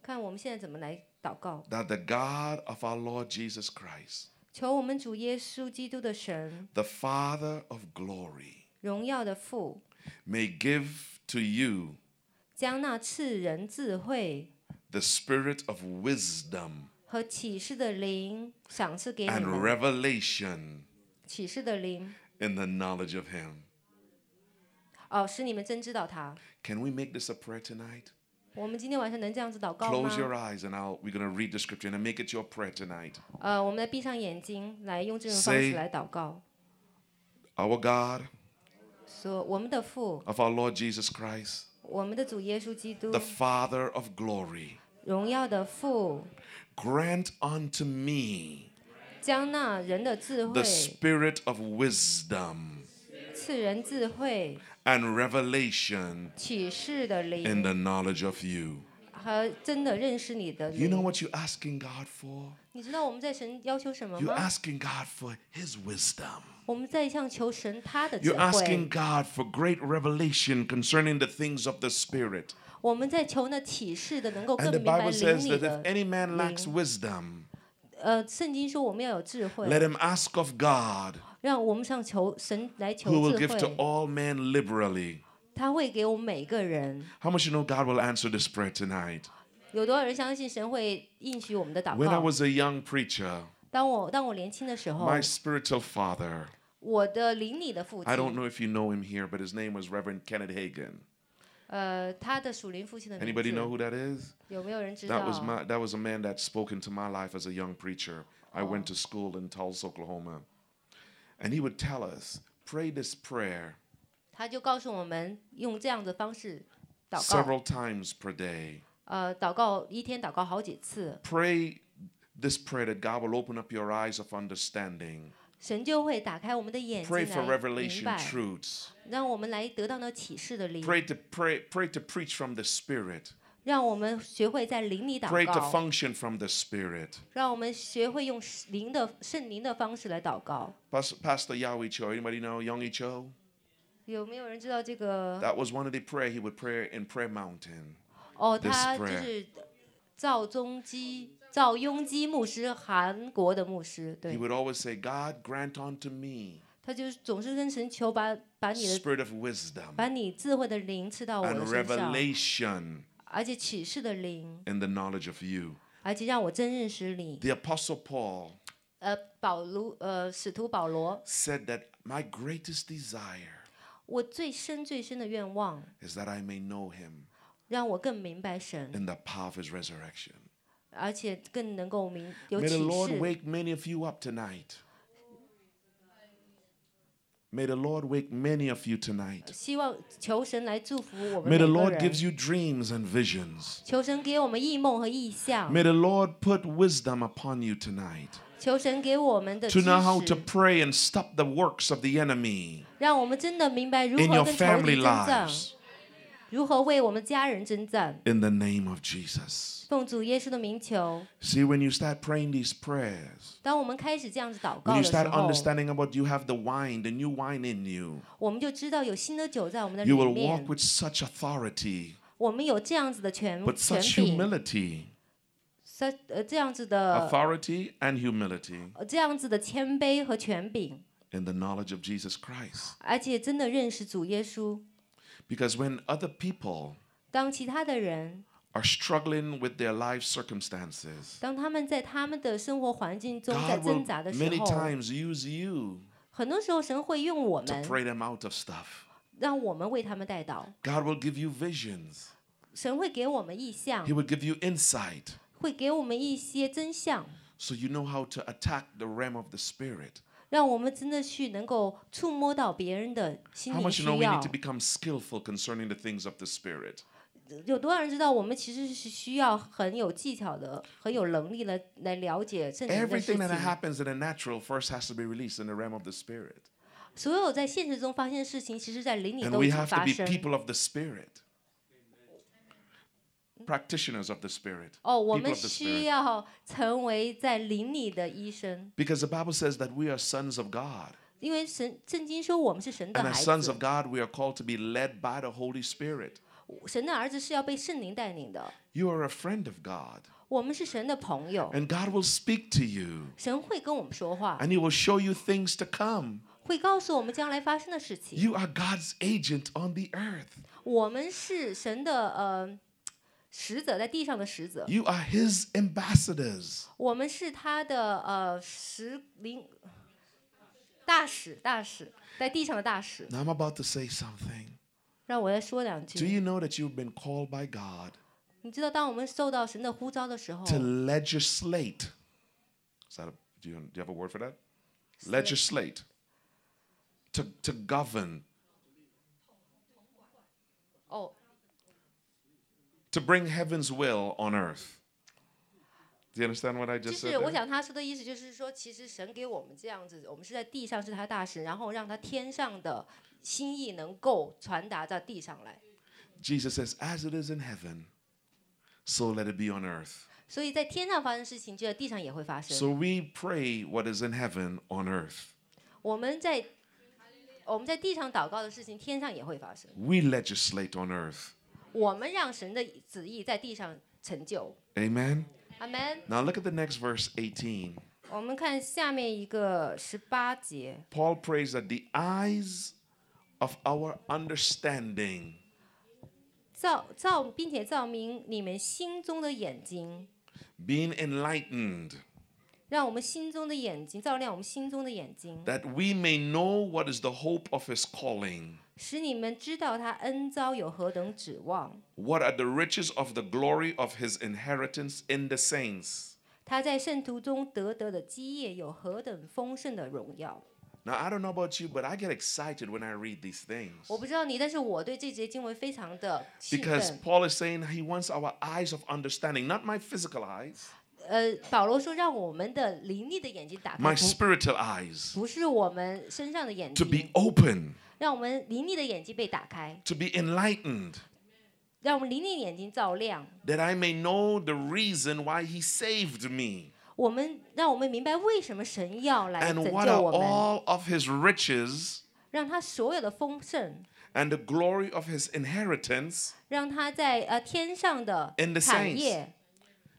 Speaker 4: 看我们现在怎么来祷告，
Speaker 3: That the God of our Lord Jesus Christ,
Speaker 4: 求我们主耶稣基督的神，
Speaker 3: the Father of glory,
Speaker 4: 荣耀的父，
Speaker 3: may give to you
Speaker 4: 将那赐人智慧
Speaker 3: the spirit of wisdom
Speaker 4: 和启示的灵赏赐给你
Speaker 3: and
Speaker 4: 们，
Speaker 3: revelation
Speaker 4: 启示的灵
Speaker 3: in the knowledge of him.
Speaker 4: 哦，使你们真知道他。
Speaker 3: Can we make this a prayer tonight?
Speaker 4: 我们今天晚上能这样子祷告
Speaker 3: Close your
Speaker 4: 吗？
Speaker 3: eyes and I'll, we're going to read the scripture and make it your prayer tonight.
Speaker 4: 呃，我们来闭上眼睛，来用这种方
Speaker 3: Say-
Speaker 4: 式来祷告。
Speaker 3: Our God
Speaker 4: 说我们的父，
Speaker 3: of our Lord Jesus Christ,
Speaker 4: 我们的主耶稣基督
Speaker 3: the，Father of glory,
Speaker 4: 荣耀的父，
Speaker 3: grant unto me
Speaker 4: 将那人的智慧
Speaker 3: the spirit of wisdom
Speaker 4: 赐人智慧
Speaker 3: and revelation
Speaker 4: 启示的
Speaker 3: in
Speaker 4: 灵
Speaker 3: the knowledge of you.
Speaker 4: 还真的认识你的
Speaker 3: You know
Speaker 4: 灵。
Speaker 3: what you're asking God for?
Speaker 4: 你知道我们在神要求什么
Speaker 3: You're
Speaker 4: 吗？
Speaker 3: asking God for His wisdom.
Speaker 4: 我们在向求神他的智
Speaker 3: You're
Speaker 4: 慧
Speaker 3: asking，God for great revelation concerning the things of the Spirit.
Speaker 4: 我们在求那启示的能够更
Speaker 3: And the
Speaker 4: 明白
Speaker 3: Bible
Speaker 4: 灵
Speaker 3: says
Speaker 4: 里
Speaker 3: that if
Speaker 4: 的。
Speaker 3: any man lacks
Speaker 4: Ling.
Speaker 3: wisdom,
Speaker 4: 呃，圣经说我们要有智慧，
Speaker 3: let him ask of God,
Speaker 4: 让我们向求神来求
Speaker 3: who will
Speaker 4: 智
Speaker 3: give to
Speaker 4: 慧，
Speaker 3: all men liberally.
Speaker 4: 他会给我们每个人。
Speaker 3: How much you know God will answer this prayer tonight?
Speaker 4: 有多少人相信神会应许我们的祷
Speaker 3: When I
Speaker 4: 告？
Speaker 3: was a young preacher,
Speaker 4: 当我当我年轻的时候，
Speaker 3: my spiritual father,
Speaker 4: 我的邻里的父
Speaker 3: I don't
Speaker 4: 亲，
Speaker 3: know if you know him here, but his name was Reverend Kenneth Hagan.
Speaker 4: 呃，他的属灵父亲的名
Speaker 3: Anybody know
Speaker 4: 字，
Speaker 3: who that is?
Speaker 4: 有没有人知道
Speaker 3: That was my that was a man that spoke into my life as a young preacher. I went to school in Tulsa, Oklahoma. And he would tell us, pray this prayer
Speaker 4: 他就告诉我们用这样的方式祷告，
Speaker 3: several times per day.
Speaker 4: 呃，祷告一天祷告好几次，
Speaker 3: Pray this prayer that God will open up your eyes of understanding.
Speaker 4: 神就会打开我们的眼睛
Speaker 3: Pray for
Speaker 4: 来明
Speaker 3: revelation
Speaker 4: 白，
Speaker 3: truths.
Speaker 4: 让我们来得到那启示的灵，
Speaker 3: Pray to pray pray to preach from the spirit.
Speaker 4: 让我们学会在灵里祷
Speaker 3: Pray to
Speaker 4: 告，
Speaker 3: function from the spirit.
Speaker 4: 让我们学会用灵的圣灵的方式来祷告。
Speaker 3: Pas- Pastor Yahweh Cho, anybody know Young Cho?
Speaker 4: 有没有人知道这个？
Speaker 3: That was one of the prayer he would pray in Prayer Mountain.
Speaker 4: 哦，
Speaker 3: this
Speaker 4: 他就
Speaker 3: prayer.
Speaker 4: 是赵宗基、赵雍基牧师，韩国的牧师，
Speaker 3: He
Speaker 4: 对，
Speaker 3: would always say, God grant unto me
Speaker 4: 他就是总是跟神求把把你的
Speaker 3: spirit of wisdom
Speaker 4: 把你智慧的灵赐到我的
Speaker 3: and
Speaker 4: 身上，
Speaker 3: revelation
Speaker 4: 而且启示的灵，
Speaker 3: in the knowledge of you.
Speaker 4: 而且让我真认识你。
Speaker 3: The Apostle Paul
Speaker 4: 呃，保罗，呃，使徒保罗，
Speaker 3: said that my greatest desire
Speaker 4: 我最深最深的愿望，
Speaker 3: is that I may know him
Speaker 4: 让我更明白神，
Speaker 3: in the power of his resurrection.
Speaker 4: 而且更能够明有
Speaker 3: May
Speaker 4: 启
Speaker 3: the Lord
Speaker 4: 示。
Speaker 3: wake many of you up tonight. May the Lord wake many of you tonight.
Speaker 4: 希望求神来祝福我们
Speaker 3: May
Speaker 4: 每
Speaker 3: the
Speaker 4: 个
Speaker 3: Lord gives
Speaker 4: 人。
Speaker 3: you dreams and visions.
Speaker 4: 求神给我们异梦和异象。
Speaker 3: May the Lord put wisdom upon you tonight
Speaker 4: 求神给我们的
Speaker 3: to
Speaker 4: 知
Speaker 3: know how to
Speaker 4: 识，
Speaker 3: pray and stop the works of the enemy
Speaker 4: 让我们真的明白如
Speaker 3: in
Speaker 4: 何
Speaker 3: your
Speaker 4: 跟仇敌
Speaker 3: family
Speaker 4: 征战，
Speaker 3: lives
Speaker 4: 如何为我们家人征战。
Speaker 3: in the name of Jesus.
Speaker 4: 奉主耶稣的名求，
Speaker 3: See, when you start praying these prayers,
Speaker 4: 当我们开始这样子祷告
Speaker 3: when
Speaker 4: 的
Speaker 3: you
Speaker 4: 时
Speaker 3: start
Speaker 4: 候，
Speaker 3: understanding about you have the wine, the new wine in you,
Speaker 4: 我们就知道有新的酒在我们的里
Speaker 3: you will walk
Speaker 4: 面，
Speaker 3: with such authority,
Speaker 4: 我们有这样子的权
Speaker 3: but
Speaker 4: 权
Speaker 3: such
Speaker 4: 柄，
Speaker 3: humility.
Speaker 4: 这呃这样子的
Speaker 3: Authority and humility
Speaker 4: 呃这样子的谦卑和权柄，
Speaker 3: in the knowledge of Jesus Christ.
Speaker 4: 而且真的认识主耶稣。
Speaker 3: Because when other people
Speaker 4: 当其他的人，
Speaker 3: are struggling with their life circumstances,
Speaker 4: 当他们在他们的生活环境中在
Speaker 3: God
Speaker 4: 挣
Speaker 3: will
Speaker 4: 扎的时
Speaker 3: many
Speaker 4: 候，
Speaker 3: times use you
Speaker 4: 很多时候神会用我
Speaker 3: to
Speaker 4: 们，
Speaker 3: pray them out of stuff.
Speaker 4: 让我们为他们带祷。
Speaker 3: God will give you visions.
Speaker 4: 神会给我们意象
Speaker 3: He，will give you insight
Speaker 4: 会给我们一些真相，
Speaker 3: so you know how to attack the realm of the spirit.
Speaker 4: 让我们真的去能够触摸到别人的心
Speaker 3: How
Speaker 4: 灵
Speaker 3: much
Speaker 4: 需
Speaker 3: you know we
Speaker 4: 要
Speaker 3: need to。become skillful concerning the things of the spirit.
Speaker 4: 有多少人知道，我们其实是需要很有技巧的、很有能力来来了解圣灵的事
Speaker 3: Everything that
Speaker 4: 情。
Speaker 3: happens in the natural first has to be released in the realm of the spirit.
Speaker 4: 所有在现实中发现的事情，其实在灵里
Speaker 3: And
Speaker 4: 都已
Speaker 3: we
Speaker 4: 经
Speaker 3: have to
Speaker 4: 发
Speaker 3: be
Speaker 4: 生。
Speaker 3: people of the spirit. Practitioners of the spirit.
Speaker 4: 哦，我
Speaker 3: people
Speaker 4: 们
Speaker 3: of the
Speaker 4: 需
Speaker 3: spirit.
Speaker 4: 要成为在灵里的医生，
Speaker 3: Because the Bible says that we are sons of God.
Speaker 4: 因为神圣经说我们是神的
Speaker 3: And
Speaker 4: 孩
Speaker 3: as sons
Speaker 4: 子
Speaker 3: of，God, we are called to be led by the Holy Spirit.
Speaker 4: 神的儿子是要被圣灵带领的。
Speaker 3: You are a friend of God.
Speaker 4: 我们是神的朋友，
Speaker 3: And God will speak to you.
Speaker 4: 神会跟我们说话。
Speaker 3: And He will show you things to come.
Speaker 4: 会告诉我们将来发生的事情。
Speaker 3: You are God's agent on the earth.
Speaker 4: 我们是神的呃使者，在地上的使者，
Speaker 3: You are His ambassadors.
Speaker 4: 我们是他的呃使领大使，大使在地上的大使。
Speaker 3: Now I'm about to say something.
Speaker 4: 让我再说两
Speaker 3: Do
Speaker 4: 句。
Speaker 3: you know that you've been called by God
Speaker 4: 你知道，当我们受到神的呼召的时候，
Speaker 3: to legislate? Is that a, do, you, do you have a word for that? Legislate. To, to govern.
Speaker 4: 哦，
Speaker 3: To bring heaven's will on earth. Do you understand what I
Speaker 4: 就
Speaker 3: just
Speaker 4: 是
Speaker 3: said?
Speaker 4: 我
Speaker 3: there?
Speaker 4: 想他说的意思就是说，其实神给我们这样子，我们是在地上是他的大使，然后让他天上的心意能够传达到地上来。
Speaker 3: Jesus says, as it is in heaven, so let it be on earth.
Speaker 4: 所以在天上发生事情，就在地上也会发生。
Speaker 3: So we pray what is in heaven on earth.
Speaker 4: 我们在我们在地上祷告的事情，天上也会发生。
Speaker 3: We legislate on earth.
Speaker 4: 我们让神的旨意在地上成就。
Speaker 3: Amen.
Speaker 4: 阿门。
Speaker 3: Now look at the next verse 18.
Speaker 4: 我们看下面一个十八节，
Speaker 3: Paul prays that the eyes of our understanding
Speaker 4: 造造并且照明你们心中的眼睛，
Speaker 3: being enlightened,
Speaker 4: 让我们心中的眼睛照亮我们心中的眼睛，
Speaker 3: that we may know what is the hope of his calling,
Speaker 4: 使你们知道他恩招有何等指望，
Speaker 3: what are the riches of the glory of his inheritance in the saints.
Speaker 4: 他在圣徒中得得的基业有何等丰盛的荣耀。
Speaker 3: Now, I don't know about you, but I get excited when I read these things.
Speaker 4: 我不知道你，但是我对这节经文非常的兴
Speaker 3: Because
Speaker 4: 奋。
Speaker 3: Paul is saying he wants our eyes of understanding, not my physical eyes,
Speaker 4: 呃，保罗说，让我们的灵力的眼睛打开
Speaker 3: my，
Speaker 4: 不
Speaker 3: spiritual eyes,
Speaker 4: 不是我们身上的眼
Speaker 3: to be
Speaker 4: 睛，
Speaker 3: open,
Speaker 4: 让我们灵力的眼睛被打开，
Speaker 3: to be enlightened,
Speaker 4: 让我们灵力的眼睛照亮，
Speaker 3: that I may know the reason why he saved me
Speaker 4: 我们让我们明白为什么神要来拯
Speaker 3: and what
Speaker 4: 救
Speaker 3: are
Speaker 4: 我们，
Speaker 3: all of his riches
Speaker 4: 让他所有的丰盛，
Speaker 3: and the glory of his inheritance.
Speaker 4: 让他在呃天上的
Speaker 3: In the
Speaker 4: 产
Speaker 3: saints
Speaker 4: 业。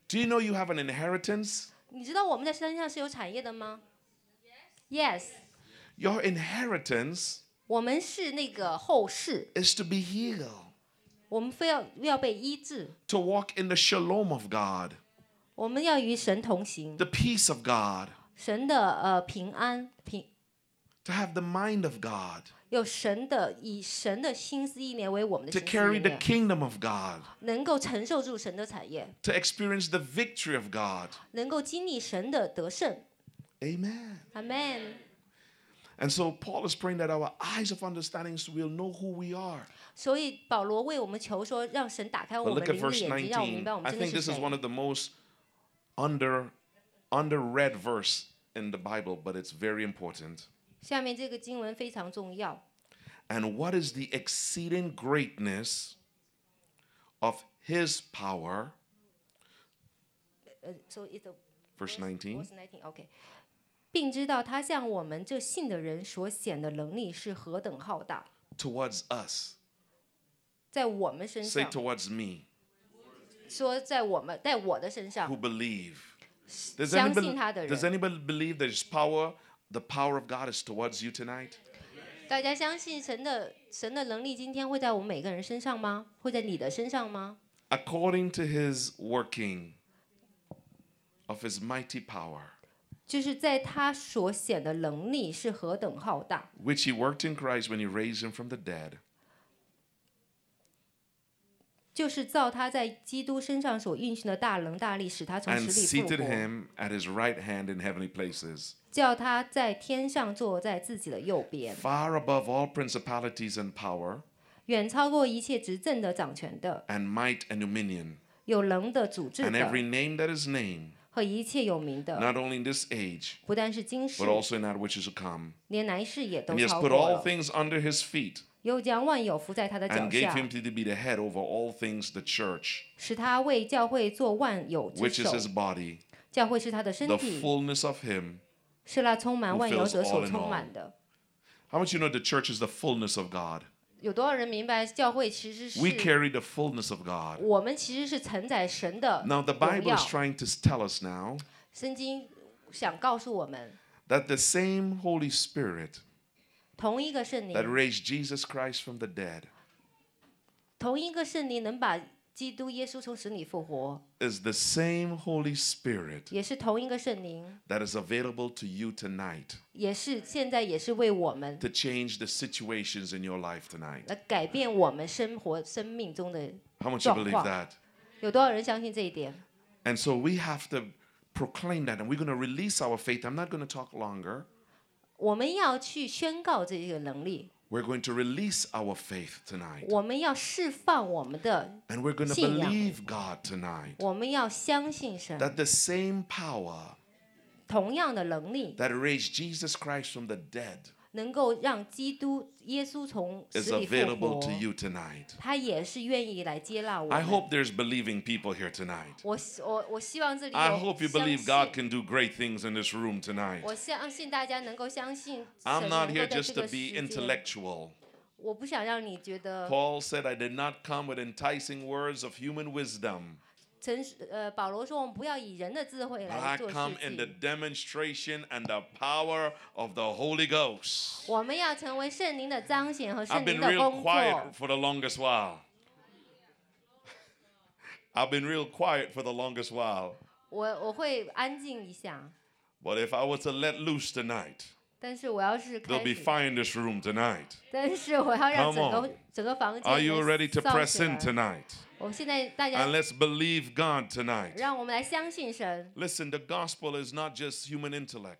Speaker 3: Do you know you have an inheritance?
Speaker 4: 你知道我们在山上是有产业的吗？Yes，
Speaker 3: Your inheritance
Speaker 4: 我们是那个后世，
Speaker 3: is to be healed,
Speaker 4: 我们非要要被医治，
Speaker 3: to walk in the shalom of God,
Speaker 4: 我们要与神同行，
Speaker 3: the peace of God,
Speaker 4: 神的呃平安平。
Speaker 3: to have the mind of God,
Speaker 4: 有神的以神的心思意念为我们的
Speaker 3: to
Speaker 4: 心思意
Speaker 3: carry the
Speaker 4: 念，
Speaker 3: kingdom of God.
Speaker 4: 能够承受住神的产业，
Speaker 3: to experience the victory of God.
Speaker 4: 能够经历神的得胜。
Speaker 3: Amen.
Speaker 4: 阿 man。
Speaker 3: And so Paul is praying that our eyes of understanding so we'll know who we are.
Speaker 4: 所以保罗为我们求说，让神打开我
Speaker 3: Oh, But
Speaker 4: 们
Speaker 3: look
Speaker 4: 灵
Speaker 3: at
Speaker 4: 力的
Speaker 3: verse
Speaker 4: 眼睛，让我们
Speaker 3: 19.
Speaker 4: 明白
Speaker 3: I
Speaker 4: 我们真的
Speaker 3: think
Speaker 4: 是
Speaker 3: this is
Speaker 4: 谁。
Speaker 3: one of the most under underread verse in the Bible, but it's very important.
Speaker 4: 下面这个经文非常重要。
Speaker 3: And what is the exceeding greatness of his power?
Speaker 4: 呃，so it's a-
Speaker 3: Verse 19.
Speaker 4: verse nineteen. OK，并知道他向我们这信的人所显的能力是何等浩大，
Speaker 3: Towards us.
Speaker 4: 在我们身
Speaker 3: Say
Speaker 4: 上，
Speaker 3: towards me
Speaker 4: 说在我们在我的身上
Speaker 3: who，believe. Does
Speaker 4: 相
Speaker 3: anybody-
Speaker 4: 信他的
Speaker 3: does
Speaker 4: 人，
Speaker 3: anybody believe there's power? The power of God is towards you tonight?
Speaker 4: 大家相信神的神的能力今天会在我们每个人身上吗？会在你的身上吗？
Speaker 3: according to his working of his mighty power,
Speaker 4: 就是在他所显的能力是何等浩大，
Speaker 3: which he worked in Christ when he raised him from the dead,
Speaker 4: 就是照他在基督身上所运行的大能大力，使他从
Speaker 3: and
Speaker 4: 死里复
Speaker 3: seated
Speaker 4: 活，
Speaker 3: him at his right hand in heavenly places,
Speaker 4: 叫他在天上坐在自己的右边，
Speaker 3: far above all principalities and power,
Speaker 4: 远超过一切执政的、掌权的、
Speaker 3: and might and dominion,
Speaker 4: 有能的、主治
Speaker 3: and every
Speaker 4: 的
Speaker 3: name that is named,
Speaker 4: 和一切有名的，
Speaker 3: not only in this age,
Speaker 4: 不但是今世
Speaker 3: but，also in that which is to come.
Speaker 4: 连来世也都
Speaker 3: And he has
Speaker 4: 超
Speaker 3: put
Speaker 4: 过
Speaker 3: all
Speaker 4: 了。
Speaker 3: things under his feet
Speaker 4: 又将万有伏在他的脚
Speaker 3: and gave
Speaker 4: 下，
Speaker 3: him to be the head over all things, the church,
Speaker 4: 使他为教会做万有之
Speaker 3: which is
Speaker 4: 首。
Speaker 3: his body,
Speaker 4: 教会是他的身
Speaker 3: the
Speaker 4: 体，
Speaker 3: fullness of him.
Speaker 4: 是那充满
Speaker 3: who
Speaker 4: 万有
Speaker 3: fills
Speaker 4: 者
Speaker 3: all
Speaker 4: 所
Speaker 3: in
Speaker 4: 充
Speaker 3: all
Speaker 4: 满的。
Speaker 3: How much you know the church is the fullness of God?
Speaker 4: 有多少人明白教会其实
Speaker 3: We
Speaker 4: 是
Speaker 3: carry the fullness of God.
Speaker 4: 我们其实是承载神的
Speaker 3: Now, the
Speaker 4: 荣
Speaker 3: Bible
Speaker 4: 耀
Speaker 3: is？trying to tell us now
Speaker 4: 圣经想告诉我们，
Speaker 3: that the same Holy Spirit
Speaker 4: 同一个圣
Speaker 3: that
Speaker 4: 灵，
Speaker 3: raised Jesus Christ from the dead
Speaker 4: 同一个圣灵能把基督耶稣从死里复活，
Speaker 3: is the same Holy Spirit
Speaker 4: 也是同一个圣灵，
Speaker 3: that is available to you tonight
Speaker 4: 也是现在也是为我们
Speaker 3: to change the situations in your life tonight.
Speaker 4: 来改变我们生活生命中的
Speaker 3: How much you
Speaker 4: 状
Speaker 3: believe
Speaker 4: 况。
Speaker 3: that?
Speaker 4: 有多少人相信这一点？
Speaker 3: And so we have to proclaim that and we're going to release our faith. I'm not going to talk longer.
Speaker 4: 我们要去宣告这个能力，
Speaker 3: We're going to release our faith tonight
Speaker 4: 我们要释放我们的，
Speaker 3: and we're going to
Speaker 4: Sì, yeah.
Speaker 3: believe God tonight.
Speaker 4: 我们要相信神。
Speaker 3: that the same power
Speaker 4: 同样的能力，
Speaker 3: that raised Jesus Christ from the dead
Speaker 4: 能够让基督耶稣从
Speaker 3: is
Speaker 4: 死里复
Speaker 3: available to
Speaker 4: 活，
Speaker 3: you tonight.
Speaker 4: 他也是愿意来接纳我
Speaker 3: I
Speaker 4: 们。
Speaker 3: hope there's believing people here tonight.
Speaker 4: 我希我我希望这里有
Speaker 3: I hope you
Speaker 4: 相
Speaker 3: believe
Speaker 4: 信
Speaker 3: God can do great things in this room tonight.
Speaker 4: 我相信大家能够相信神
Speaker 3: I'm
Speaker 4: 能
Speaker 3: not
Speaker 4: 够
Speaker 3: here
Speaker 4: 在
Speaker 3: just
Speaker 4: 这
Speaker 3: to
Speaker 4: 个
Speaker 3: be
Speaker 4: 时间
Speaker 3: intellectual.
Speaker 4: 我不想让你觉得
Speaker 3: Paul said, I did not come with enticing words of human wisdom,
Speaker 4: 陈呃保罗说我们不要以人的智慧
Speaker 3: but I
Speaker 4: 来做事
Speaker 3: come in the
Speaker 4: 情，
Speaker 3: demonstration and the power of the Holy Ghost.
Speaker 4: 我们要成为圣灵的彰显和
Speaker 3: I've
Speaker 4: 圣灵
Speaker 3: been
Speaker 4: 的
Speaker 3: real
Speaker 4: 工作
Speaker 3: quiet。for the longest while. I've been real quiet for the longest while.
Speaker 4: 我我会安静一下，
Speaker 3: But if I was to let loose tonight,
Speaker 4: 但是我要是开
Speaker 3: there'll be
Speaker 4: 始，
Speaker 3: fire in this room tonight.
Speaker 4: 但是我要
Speaker 3: Come
Speaker 4: 让整
Speaker 3: on
Speaker 4: 个整个房
Speaker 3: Are you
Speaker 4: 间
Speaker 3: ready to
Speaker 4: 都
Speaker 3: press
Speaker 4: 起
Speaker 3: in
Speaker 4: 来。
Speaker 3: tonight?
Speaker 4: 我们现在大
Speaker 3: And
Speaker 4: 家
Speaker 3: let's believe God tonight.
Speaker 4: 让我们来相信神，
Speaker 3: Listen, the gospel is not just human intellect.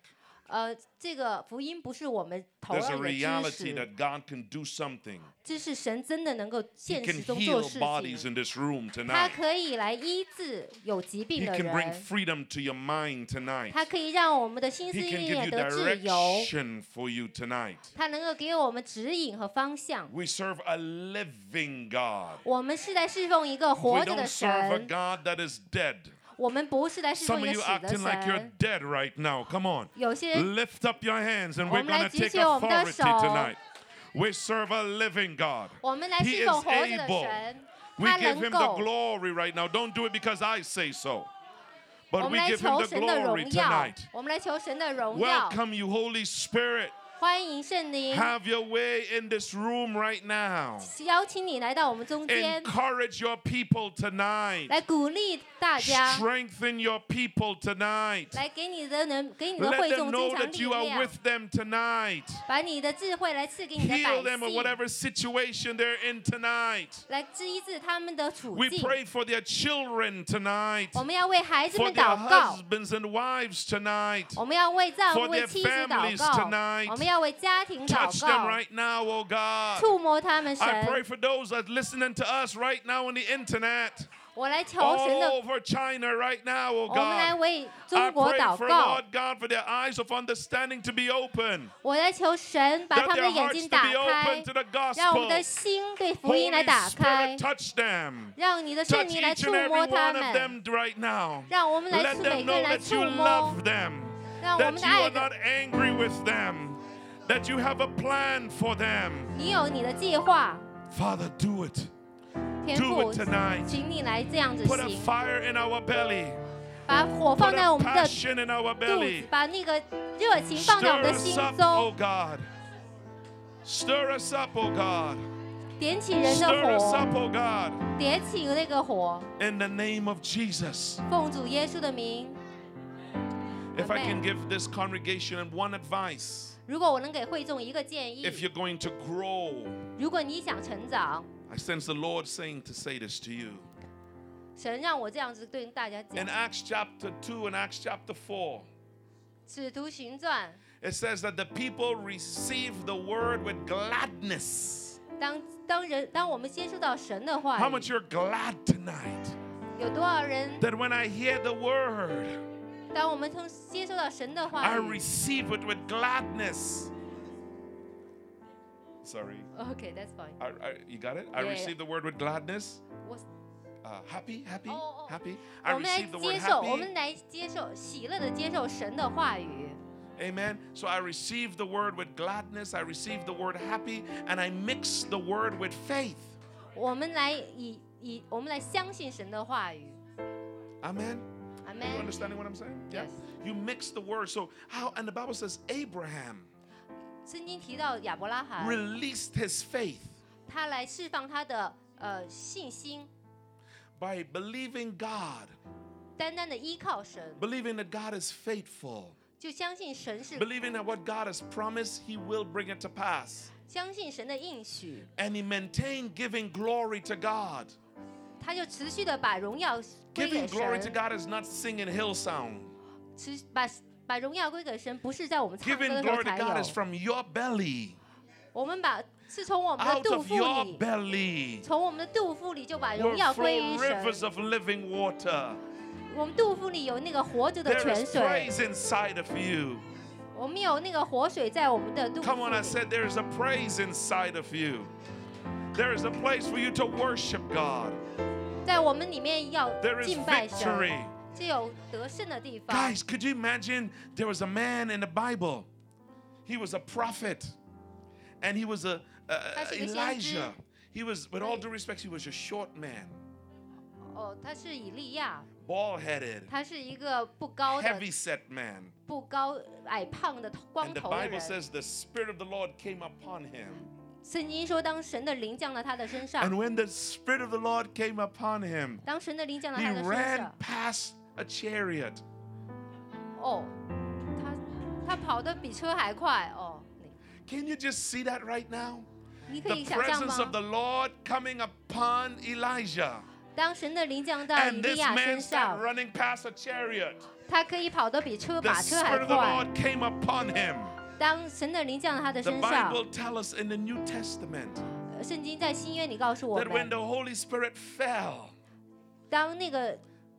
Speaker 4: 呃，这个福音不是我们头
Speaker 3: There's a
Speaker 4: 脑的知
Speaker 3: reality
Speaker 4: 识，
Speaker 3: that God can do something.
Speaker 4: 这是神真的能够
Speaker 3: He
Speaker 4: 现
Speaker 3: can
Speaker 4: 实中做
Speaker 3: heal
Speaker 4: 事
Speaker 3: bodies
Speaker 4: 情。
Speaker 3: in this room
Speaker 4: 他
Speaker 3: tonight.
Speaker 4: 可以来医治有疾
Speaker 3: He
Speaker 4: 病的
Speaker 3: can bring
Speaker 4: 人，
Speaker 3: freedom to your mind tonight.
Speaker 4: 他可以让我们的心思
Speaker 3: He
Speaker 4: 意
Speaker 3: can give
Speaker 4: 念
Speaker 3: you
Speaker 4: 得自由，
Speaker 3: direction for you tonight.
Speaker 4: 他能够给我们指引和方向。
Speaker 3: We serve a living God.
Speaker 4: 我们是在侍奉一个
Speaker 3: We
Speaker 4: 活着的
Speaker 3: don't serve a
Speaker 4: 神，
Speaker 3: God that is dead.
Speaker 4: 我们不是来侍
Speaker 3: Some
Speaker 4: 奉
Speaker 3: of
Speaker 4: 一个
Speaker 3: you
Speaker 4: 死的
Speaker 3: acting like you're
Speaker 4: 神。
Speaker 3: dead right now. Come on.
Speaker 4: 有些人
Speaker 3: Lift up your hands and we're
Speaker 4: 我们来
Speaker 3: going to take
Speaker 4: 举起我们的
Speaker 3: authority
Speaker 4: 手。
Speaker 3: tonight. We serve a living God.
Speaker 4: 我们来
Speaker 3: He
Speaker 4: 侍
Speaker 3: is
Speaker 4: 奉活着的
Speaker 3: able.
Speaker 4: 神，
Speaker 3: We
Speaker 4: 他
Speaker 3: give
Speaker 4: 能
Speaker 3: him the
Speaker 4: 够。
Speaker 3: glory right now. Don't do it because I say so.
Speaker 4: 我
Speaker 3: But
Speaker 4: 们
Speaker 3: we
Speaker 4: 来
Speaker 3: give him
Speaker 4: 求
Speaker 3: the
Speaker 4: 神的
Speaker 3: glory
Speaker 4: 荣耀
Speaker 3: tonight.，
Speaker 4: 我们来求神的荣耀。
Speaker 3: Welcome you, Holy Spirit.
Speaker 4: 欢迎圣灵，
Speaker 3: Have your way in this room right now.
Speaker 4: 邀请你来到我们中间，
Speaker 3: Encourage your people tonight.
Speaker 4: 来鼓励大家，
Speaker 3: Strengthen your people tonight.
Speaker 4: 来给你的能， 给你的
Speaker 3: Let
Speaker 4: 会
Speaker 3: them
Speaker 4: 众增
Speaker 3: know
Speaker 4: 强
Speaker 3: that
Speaker 4: 力
Speaker 3: you are
Speaker 4: 量，
Speaker 3: with them tonight.
Speaker 4: 把你的智慧来赐给你的
Speaker 3: Heal
Speaker 4: 百
Speaker 3: them of
Speaker 4: 姓，
Speaker 3: whatever situation they're in tonight.
Speaker 4: 来医治他们的处
Speaker 3: We
Speaker 4: 境。
Speaker 3: pray for their children tonight,
Speaker 4: 我们要为孩子
Speaker 3: for
Speaker 4: 们
Speaker 3: their
Speaker 4: 祷告，
Speaker 3: husbands and wives tonight.
Speaker 4: 我们要为丈夫、
Speaker 3: for
Speaker 4: 为
Speaker 3: their
Speaker 4: 妻子祷
Speaker 3: families
Speaker 4: 告，
Speaker 3: tonight
Speaker 4: 我们要为家庭
Speaker 3: Touch
Speaker 4: 祷
Speaker 3: them
Speaker 4: 告，
Speaker 3: right now, oh God.
Speaker 4: 触摸他们
Speaker 3: I pray
Speaker 4: 神。
Speaker 3: for those that listening to us right now on the internet,
Speaker 4: 我来求
Speaker 3: all
Speaker 4: 神的，
Speaker 3: over China right now, oh
Speaker 4: 我们来
Speaker 3: God.
Speaker 4: 为
Speaker 3: I
Speaker 4: 中国
Speaker 3: pray
Speaker 4: 祷
Speaker 3: for
Speaker 4: 告
Speaker 3: Lord。God for their eyes of understanding to be open,
Speaker 4: 我来求神把
Speaker 3: that
Speaker 4: 他们的
Speaker 3: their
Speaker 4: 眼
Speaker 3: hearts
Speaker 2: 睛
Speaker 3: to be
Speaker 2: 打开，
Speaker 3: open to the
Speaker 4: 让我们
Speaker 3: gospel.
Speaker 4: 的心对福音来
Speaker 3: Holy
Speaker 4: 打开
Speaker 3: Spirit,，touch them.
Speaker 4: 让你的圣
Speaker 3: Touch
Speaker 4: 灵来
Speaker 3: each
Speaker 4: 触
Speaker 3: and
Speaker 4: 摸
Speaker 3: every
Speaker 4: 他
Speaker 3: one of
Speaker 4: 们，
Speaker 3: them right now.
Speaker 4: 让我们来
Speaker 3: Let
Speaker 4: 赐
Speaker 3: them
Speaker 4: 每个人
Speaker 3: know
Speaker 4: 来
Speaker 3: that
Speaker 4: 触
Speaker 3: you
Speaker 4: 摸，
Speaker 3: love them.
Speaker 4: 让我
Speaker 3: that
Speaker 4: 们
Speaker 3: you
Speaker 4: 的爱
Speaker 3: are
Speaker 4: 的
Speaker 3: not，angry with them, that you have a plan for them.
Speaker 4: 你有你的计划，
Speaker 3: Father, do it.
Speaker 4: 天
Speaker 3: Do
Speaker 4: 赋
Speaker 3: it，tonight.
Speaker 4: 请你来这样子
Speaker 3: Put a
Speaker 4: 行，
Speaker 3: fire in our belly.
Speaker 4: 把火
Speaker 3: Put
Speaker 4: 放在
Speaker 3: a
Speaker 4: 我们的
Speaker 3: passion in our
Speaker 4: 肚子
Speaker 3: belly.，
Speaker 4: 把那个热情放在我
Speaker 3: Stir
Speaker 4: 们的心
Speaker 3: us up,
Speaker 4: 中
Speaker 3: oh，God. Stir us up, oh God.
Speaker 4: 点起人的
Speaker 3: Stir us
Speaker 4: 火，
Speaker 3: up, oh God.
Speaker 4: 点起那个火，
Speaker 3: In the name of Jesus.
Speaker 4: 奉主耶稣的名。
Speaker 3: If I
Speaker 4: Amen.
Speaker 3: can give this congregation one advice,
Speaker 4: 如果我能给会众一个建
Speaker 3: if
Speaker 4: 议，
Speaker 3: you're going to grow,
Speaker 4: 如果你想成长，
Speaker 3: I sense the Lord saying to say this to you.
Speaker 4: 神让我这样子对大家讲
Speaker 3: In。Acts chapter 2 and Acts chapter 4,
Speaker 4: 《使徒行传
Speaker 3: It says that the people received the word with gladness.》
Speaker 4: 当当人当我们接触到神的话
Speaker 3: How
Speaker 4: 语
Speaker 3: much you're glad tonight
Speaker 4: 有多少人？
Speaker 3: that when I hear the word,
Speaker 4: 当我们从接受到神的话
Speaker 3: I
Speaker 4: 语
Speaker 3: receive it with gladness. Sorry,
Speaker 4: ，OK that's fine。
Speaker 3: I, I, you got it? I
Speaker 4: Yeah, yeah.
Speaker 3: receive the word with gladness.
Speaker 4: What's-
Speaker 3: Uh, happy, happy,
Speaker 4: Oh, oh.
Speaker 3: happy. I
Speaker 4: 我们来
Speaker 3: receive the word
Speaker 4: 接受，我
Speaker 3: happy.
Speaker 4: 们来接受喜乐的接受神的话语。
Speaker 3: Amen. So I receive the word with gladness. I receive the word happy, and I mix the word with faith.
Speaker 4: 我们来以以我们来相信神的话语。
Speaker 3: Amen.
Speaker 4: Amen。
Speaker 3: You understanding what I'm saying?
Speaker 4: Yes.
Speaker 3: You mix the word. So how and the Bible says Abraham
Speaker 4: 圣经提到亚伯拉罕，
Speaker 3: released his faith
Speaker 4: 他来释放他的呃信心，
Speaker 3: by believing God,
Speaker 4: 单单的依靠神，
Speaker 3: believing that God is faithful,
Speaker 4: 就相信神是
Speaker 3: believing that what God has promised, He will bring it to pass.
Speaker 4: 相信神的应许。
Speaker 3: And he maintained giving glory to God.
Speaker 4: 他就持续的把荣耀归
Speaker 3: Giving
Speaker 4: 给
Speaker 3: glory to
Speaker 4: 神，
Speaker 3: God is not singing hill sound.
Speaker 4: 持把把荣耀归给神，不是在我们唱歌
Speaker 3: Giving
Speaker 4: 的时候
Speaker 3: glory
Speaker 4: 才
Speaker 3: to God is
Speaker 4: 有。
Speaker 3: from your belly,
Speaker 4: 我们把是从我们的
Speaker 3: out
Speaker 4: 肚
Speaker 3: of
Speaker 4: 腹
Speaker 3: your
Speaker 4: 里，
Speaker 3: belly.
Speaker 4: 从我们的肚腹里就把荣
Speaker 3: Will
Speaker 4: 耀归于
Speaker 3: flow rivers
Speaker 4: 神。
Speaker 3: of living water.
Speaker 4: 我们肚腹里有那个活着的
Speaker 3: There
Speaker 4: 泉
Speaker 3: is
Speaker 4: 水，
Speaker 3: praise inside of you.
Speaker 4: 我们有那个活水在我们的肚子
Speaker 3: Come on, I
Speaker 4: 里。
Speaker 3: said there is a praise inside of you. There is a place for you to worship God.
Speaker 4: 在我们里面要
Speaker 3: There is
Speaker 4: 敬拜神，
Speaker 3: victory.
Speaker 4: 就有得胜的地方。
Speaker 3: Guys, could you imagine there was a man in the Bible? He was a prophet, and he was a uh,
Speaker 4: 他是一个先知。
Speaker 3: Elijah. He was, with all due respect, he was a short man,
Speaker 4: 哦，他是以利亚，
Speaker 3: bald-headed,
Speaker 4: 他是一个不高的、
Speaker 3: heavy-set man.
Speaker 4: 不高、矮胖的光
Speaker 3: And the
Speaker 4: 头的
Speaker 3: Bible
Speaker 4: 人。
Speaker 3: says the Spirit of the Lord came upon him.
Speaker 4: 圣经说，当神的灵降到他的身
Speaker 3: And
Speaker 4: 上，
Speaker 3: when the Spirit of the Lord came upon him,
Speaker 4: 当神的灵降到
Speaker 3: he
Speaker 4: 他的身
Speaker 3: ran
Speaker 4: 上，
Speaker 3: past a chariot.
Speaker 4: 哦，他他跑得比车还快哦。你
Speaker 3: Can you just see that right now?
Speaker 4: 你可以
Speaker 3: The
Speaker 4: 想象
Speaker 3: presence of the？
Speaker 4: 吗
Speaker 3: Lord coming upon Elijah.
Speaker 4: 当神的灵降到以
Speaker 3: And
Speaker 4: 利
Speaker 3: this
Speaker 4: 亚身
Speaker 3: man
Speaker 4: 上
Speaker 3: started，running past a chariot.
Speaker 4: 他可以跑得比车
Speaker 3: The
Speaker 4: 马车
Speaker 3: Spirit
Speaker 4: 还
Speaker 3: of the
Speaker 4: 快。
Speaker 3: Lord came upon him.
Speaker 4: 当神的灵降到他的
Speaker 3: The
Speaker 4: 身上，
Speaker 3: Bible tells us in the New Testament
Speaker 4: 呃圣经在新约里告诉我
Speaker 3: that when
Speaker 4: 们，
Speaker 3: the Holy Spirit fell,
Speaker 4: 当那个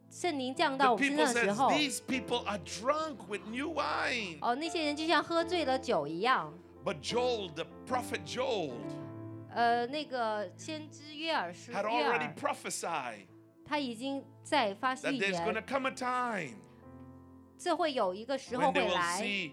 Speaker 4: 圣灵降
Speaker 3: the
Speaker 4: 到我们身
Speaker 3: people
Speaker 4: 上的时
Speaker 3: says
Speaker 4: 候，
Speaker 3: these people are drunk with new wine.
Speaker 4: 哦，那些人就像喝醉了酒一样。
Speaker 3: But Joel, the prophet Joel,
Speaker 4: 呃，那个先知约尔书
Speaker 3: had
Speaker 4: 约
Speaker 3: already
Speaker 4: 尔，
Speaker 3: prophesied
Speaker 4: 他已经在发预
Speaker 3: that there's going to
Speaker 4: 言，
Speaker 3: come a time
Speaker 4: 这会有一个时候
Speaker 3: when they
Speaker 4: 会
Speaker 3: will
Speaker 4: 来。
Speaker 3: see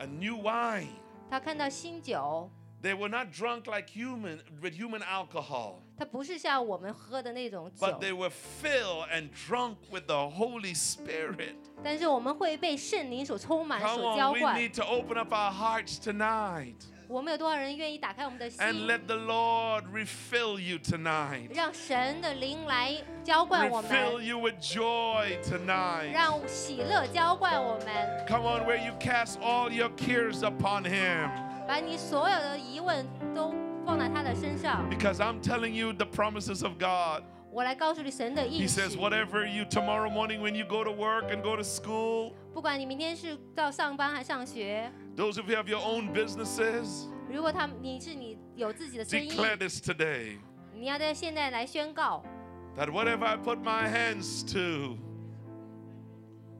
Speaker 3: a new wine.
Speaker 4: 他看到新酒，
Speaker 3: They were not drunk like human with human alcohol,
Speaker 4: 他不是像我们喝的那种酒
Speaker 3: but，they were filled and drunk with the Holy Spirit.
Speaker 4: 但是我们会被圣灵所充满、
Speaker 3: Come
Speaker 4: 所浇
Speaker 3: on, we
Speaker 4: 灌。
Speaker 3: need to open up our hearts tonight
Speaker 4: 我们有多少人愿意打开我们的心，
Speaker 3: and let the Lord refill you tonight.
Speaker 4: 让神的灵来浇灌我
Speaker 3: Refill
Speaker 4: 们，
Speaker 3: you with joy tonight.
Speaker 4: 让喜乐浇灌我们，
Speaker 3: Come on, where you cast all your cares upon Him.
Speaker 4: 把你所有的疑问都放在他的身上。
Speaker 3: Because I'm telling you the promises of God.
Speaker 4: 我来告诉你神的
Speaker 3: He
Speaker 4: 意思。
Speaker 3: says, whatever you tomorrow morning when you go to work and go to school,
Speaker 4: 不管你明天是到上班还上学，
Speaker 3: those of you have your own businesses,
Speaker 4: 如果他们你是你有自己的生意，
Speaker 3: declare this today
Speaker 4: 你要在现在来宣告。
Speaker 3: that whatever I put my hands to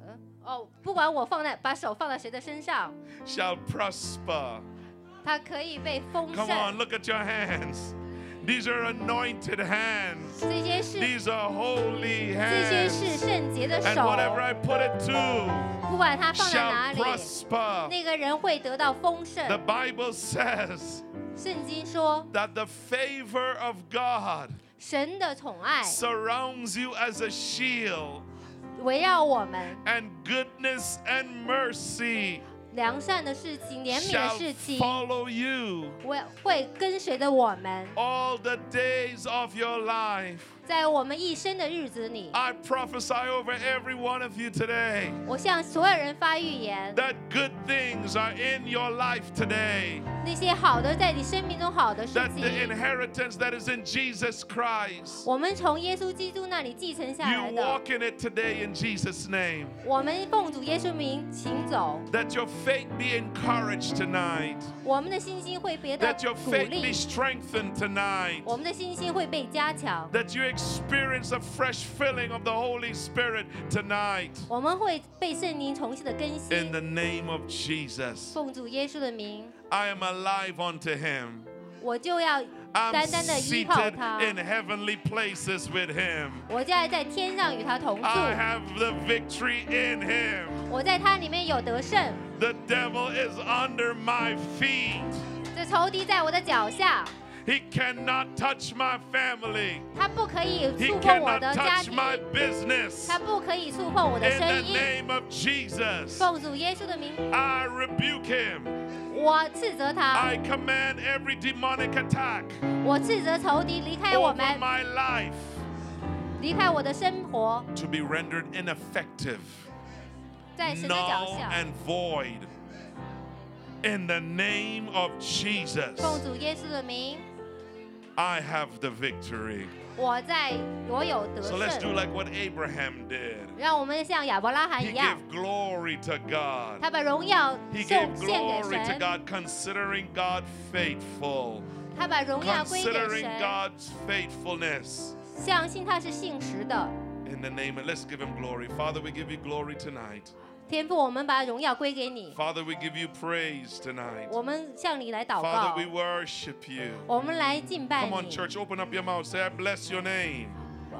Speaker 4: 呃哦，不管我放在把手放在谁的身上，
Speaker 3: shall prosper.
Speaker 4: 它可以被丰
Speaker 3: Come on,
Speaker 4: 盛。
Speaker 3: look at your hands. These are anointed hands.
Speaker 4: 这些是
Speaker 3: These are holy
Speaker 4: 这些是
Speaker 3: hands.
Speaker 4: 圣洁的
Speaker 3: And
Speaker 4: 手，
Speaker 3: whatever I put it to
Speaker 4: 不管它放在哪
Speaker 3: shall
Speaker 4: 里，
Speaker 3: prosper.
Speaker 4: 那个人会得到丰
Speaker 3: The
Speaker 4: 盛。
Speaker 3: Bible says
Speaker 4: 圣经说，
Speaker 3: that the favor of God
Speaker 4: 神的宠爱
Speaker 3: surrounds you as a shield,
Speaker 4: 围绕我们，
Speaker 3: and goodness and mercy
Speaker 4: 良善的事情、怜悯的
Speaker 3: shall
Speaker 4: 事情，
Speaker 3: follow you
Speaker 4: 会会跟随着我们，
Speaker 3: all the days of your life.
Speaker 4: 在我们一生的日子里。
Speaker 3: I prophesy over every one of you today
Speaker 4: 我向所有人发预言，
Speaker 3: that good things are in your life today,
Speaker 4: 那些好的在你生命中好的事
Speaker 3: that the
Speaker 4: 情，
Speaker 3: inheritance that is in Jesus Christ.
Speaker 4: 我们从耶稣基督那里继承下
Speaker 3: You
Speaker 4: 来的。
Speaker 3: walk in it today in Jesus' name.
Speaker 4: 我们奉主耶稣名行走，
Speaker 3: That your faith be encouraged tonight.
Speaker 4: 我们的信心会被到
Speaker 3: That your
Speaker 4: 鼓
Speaker 3: faith
Speaker 4: 励
Speaker 3: be，strengthened tonight.
Speaker 4: 我们的信心会被加强，
Speaker 3: that you experience a fresh filling of the Holy Spirit tonight.
Speaker 4: 我们会被圣灵重新的更
Speaker 3: In
Speaker 4: 新。
Speaker 3: the name of Jesus,
Speaker 4: 奉主耶稣的名，
Speaker 3: I am alive unto Him.
Speaker 4: 我就要
Speaker 3: I'm
Speaker 4: 单单的依靠
Speaker 3: seated
Speaker 4: 他，
Speaker 3: in heavenly places with Him.
Speaker 4: 我就要在天上与他同住，
Speaker 3: I have the victory in Him.
Speaker 4: 我在他里面有得胜，
Speaker 3: The devil is under my feet.
Speaker 4: 这仇敌在我的脚下，
Speaker 3: He cannot touch my family.
Speaker 4: 他不可以
Speaker 3: He
Speaker 4: 触碰我
Speaker 3: cannot
Speaker 4: 的家
Speaker 3: touch
Speaker 4: 庭，
Speaker 3: my business.
Speaker 4: 他不可以触碰我的
Speaker 3: In
Speaker 4: 生
Speaker 3: the
Speaker 4: 意。
Speaker 3: name of Jesus,
Speaker 4: 奉主耶稣的名，
Speaker 3: I rebuke him.
Speaker 4: 我斥责他，
Speaker 3: I command every demonic attack
Speaker 4: 我斥责仇敌离开我
Speaker 3: over
Speaker 4: 们，
Speaker 3: my life
Speaker 4: 离开我的生活，
Speaker 3: to be rendered ineffective,
Speaker 4: 在神的脚
Speaker 3: null
Speaker 4: 下。
Speaker 3: and void. In the name of Jesus,
Speaker 4: 奉主耶稣的名，
Speaker 3: I have the victory.
Speaker 4: 我在我有得
Speaker 3: So let's do
Speaker 4: 胜。
Speaker 3: like what Abraham did.
Speaker 4: 让我们像亚伯拉罕
Speaker 3: He
Speaker 4: 一样，
Speaker 3: gave glory to God.
Speaker 4: 他把荣耀
Speaker 3: He
Speaker 4: 送
Speaker 3: gave
Speaker 4: 献给
Speaker 3: glory to
Speaker 4: 神，
Speaker 3: God, considering God faithful,
Speaker 4: 他把荣耀归给
Speaker 3: considering
Speaker 4: 神，
Speaker 3: God's faithfulness.
Speaker 4: 相信他是信实的。
Speaker 3: In the name, of let's give him glory. Father, we give you glory tonight.
Speaker 4: 天父，我们把荣耀归给你，
Speaker 3: Father, we give you praise tonight.
Speaker 4: 我们向你来祷
Speaker 3: Father,
Speaker 4: 告
Speaker 3: we，worship you.
Speaker 4: 我们来敬拜
Speaker 3: Come on,
Speaker 4: 你，
Speaker 3: church, open up your mouth. Say, I bless your name.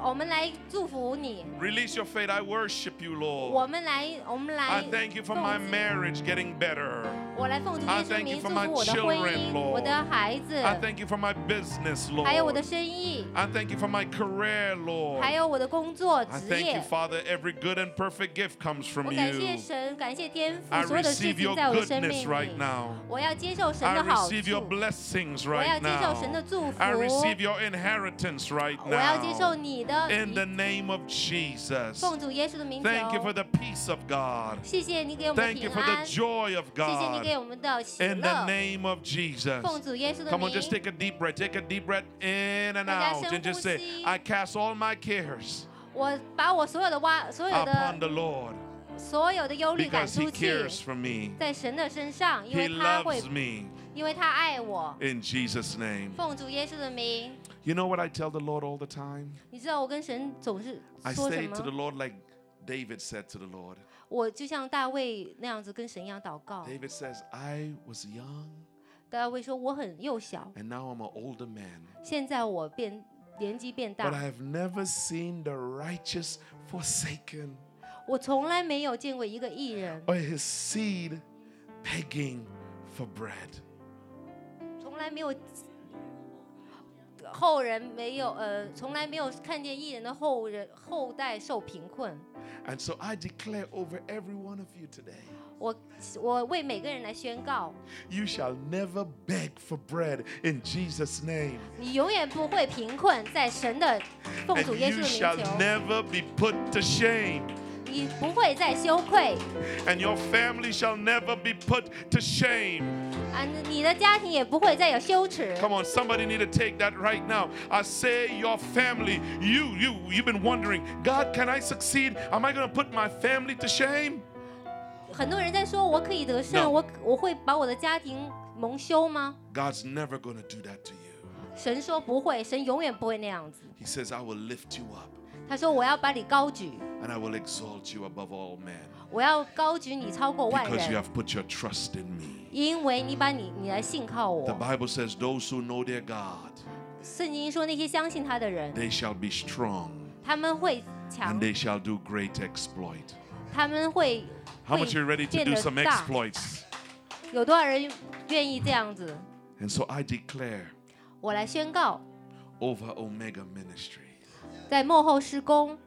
Speaker 4: 我们来祝福你，
Speaker 3: Release your faith. I worship you,
Speaker 4: 我
Speaker 3: Lord.
Speaker 4: 们来，我们
Speaker 3: I
Speaker 4: 来
Speaker 3: thank you for
Speaker 4: 奉
Speaker 3: my
Speaker 4: 主
Speaker 3: marriage getting better.
Speaker 4: 我来奉主
Speaker 3: I
Speaker 4: 耶稣
Speaker 3: thank
Speaker 4: 的
Speaker 3: you
Speaker 4: 名
Speaker 3: for
Speaker 4: 祝
Speaker 3: my
Speaker 4: 福我的婚
Speaker 3: children,
Speaker 4: 姻、
Speaker 3: Lord.
Speaker 4: 我的孩子，
Speaker 3: I thank you for my business, Lord.
Speaker 4: 还有我的生意，
Speaker 3: I thank you for my career, Lord.
Speaker 4: 还有我的工作
Speaker 3: I
Speaker 4: 职
Speaker 3: thank you,
Speaker 4: 业。
Speaker 3: Father. Every good and perfect gift comes
Speaker 4: 我
Speaker 3: from
Speaker 4: 感谢
Speaker 3: you.
Speaker 4: 神，感谢天父
Speaker 3: I，
Speaker 4: 所有的事
Speaker 3: receive
Speaker 4: 情
Speaker 3: your
Speaker 4: 在我的生命
Speaker 3: goodness
Speaker 4: 里。
Speaker 3: right now.
Speaker 4: 我要接受神
Speaker 3: I
Speaker 4: 的好
Speaker 3: receive your
Speaker 4: 处，
Speaker 3: blessings
Speaker 4: 我
Speaker 3: right
Speaker 4: 要接受
Speaker 3: now.
Speaker 4: 神的祝
Speaker 3: I receive
Speaker 4: 福，
Speaker 3: your inheritance right
Speaker 4: 我要接受
Speaker 3: now.
Speaker 4: 你的
Speaker 3: In the
Speaker 4: 一。
Speaker 3: name of Jesus.
Speaker 4: 奉主耶稣的名求，哦
Speaker 3: Thank you for the peace of God.
Speaker 4: 谢谢你给我们的
Speaker 3: Thank
Speaker 4: 平
Speaker 3: you for the
Speaker 4: 安，谢
Speaker 3: joy of
Speaker 4: 谢你
Speaker 3: God.
Speaker 4: 给我们的喜
Speaker 3: In the
Speaker 4: 乐。
Speaker 3: name of Jesus.
Speaker 4: 奉主耶稣的
Speaker 3: Come on, just
Speaker 4: 名，
Speaker 3: take a deep breath. Take a deep breath in and
Speaker 4: 大家
Speaker 3: out. And just say,
Speaker 4: 深呼吸。
Speaker 3: I cast all my cares
Speaker 4: 我把我所有的挖、所有
Speaker 3: upon
Speaker 4: 的、
Speaker 3: the Lord
Speaker 4: 所有的忧虑赶
Speaker 3: because
Speaker 4: 出
Speaker 3: He
Speaker 4: 去，
Speaker 3: cares for me.
Speaker 4: 在神的身上，因
Speaker 3: He
Speaker 4: 为他会
Speaker 3: loves me
Speaker 4: 因为他爱我。
Speaker 3: in Jesus' name.
Speaker 4: 奉主耶稣的名，
Speaker 3: You know what I tell the Lord all the time?
Speaker 4: 你知道我跟神总是
Speaker 3: I
Speaker 4: 说什
Speaker 3: say to the
Speaker 4: 么？
Speaker 3: Lord like David said to the Lord.
Speaker 4: 我就像大卫那样子跟神一样祷告。
Speaker 3: David says, I was young
Speaker 4: 大卫说：“我很幼小，
Speaker 3: and now I'm an older man.
Speaker 4: 现在我变年纪变
Speaker 3: But
Speaker 4: 大，
Speaker 3: I have never seen the righteous forsaken
Speaker 4: 我从来没有见过一个艺人，
Speaker 3: or his seed begging for bread.
Speaker 4: 从来没有呃后人没有呃，从来没有看见艺人的后人后代受贫困。
Speaker 3: And so I declare over every one of you today
Speaker 4: 我我为每个人来宣告，
Speaker 3: you shall never beg for bread in Jesus' name.
Speaker 4: 你永远不会贫困，在神的奉
Speaker 3: And
Speaker 4: 主耶稣
Speaker 3: you
Speaker 4: 的
Speaker 3: shall
Speaker 4: 名求。”
Speaker 3: never be put to shame.
Speaker 4: 你不会再羞愧
Speaker 3: And your family shall never be put to shame.
Speaker 4: 啊，你的家庭也不会再有羞耻。
Speaker 3: Come on, somebody need to take that right now. I say your family, you, you, you've been wondering, God, can I succeed? Am I gonna put my family to shame?
Speaker 4: 很多人在说我可以得胜
Speaker 3: No
Speaker 4: 我我会把我的家庭蒙羞吗？
Speaker 3: God's never gonna do that to you.
Speaker 4: 神说不会，神永远不会那样子。
Speaker 3: He says, I will lift you up
Speaker 4: 他说我要把你高举，
Speaker 3: and I will exalt you above all men.
Speaker 4: 我要高举你超过万
Speaker 3: Because you
Speaker 4: 人，
Speaker 3: have put your trust in me.
Speaker 4: 因为你把你你来信靠
Speaker 3: The
Speaker 4: 我。
Speaker 3: Bible says, Those who know their God,
Speaker 4: 圣经说那些相信他的人，
Speaker 3: they shall be strong
Speaker 4: 他们会
Speaker 3: and
Speaker 4: 强，
Speaker 3: they shall do great exploit.
Speaker 4: 他们会
Speaker 3: How
Speaker 4: 会
Speaker 3: much are you ready to
Speaker 4: 变
Speaker 3: do
Speaker 4: 得
Speaker 3: some
Speaker 4: 大。
Speaker 3: exploits?
Speaker 4: 有多少人愿意这样子？
Speaker 3: And so I declare
Speaker 4: 我来宣告，
Speaker 3: over Omega Ministry,
Speaker 4: 在幕后施工，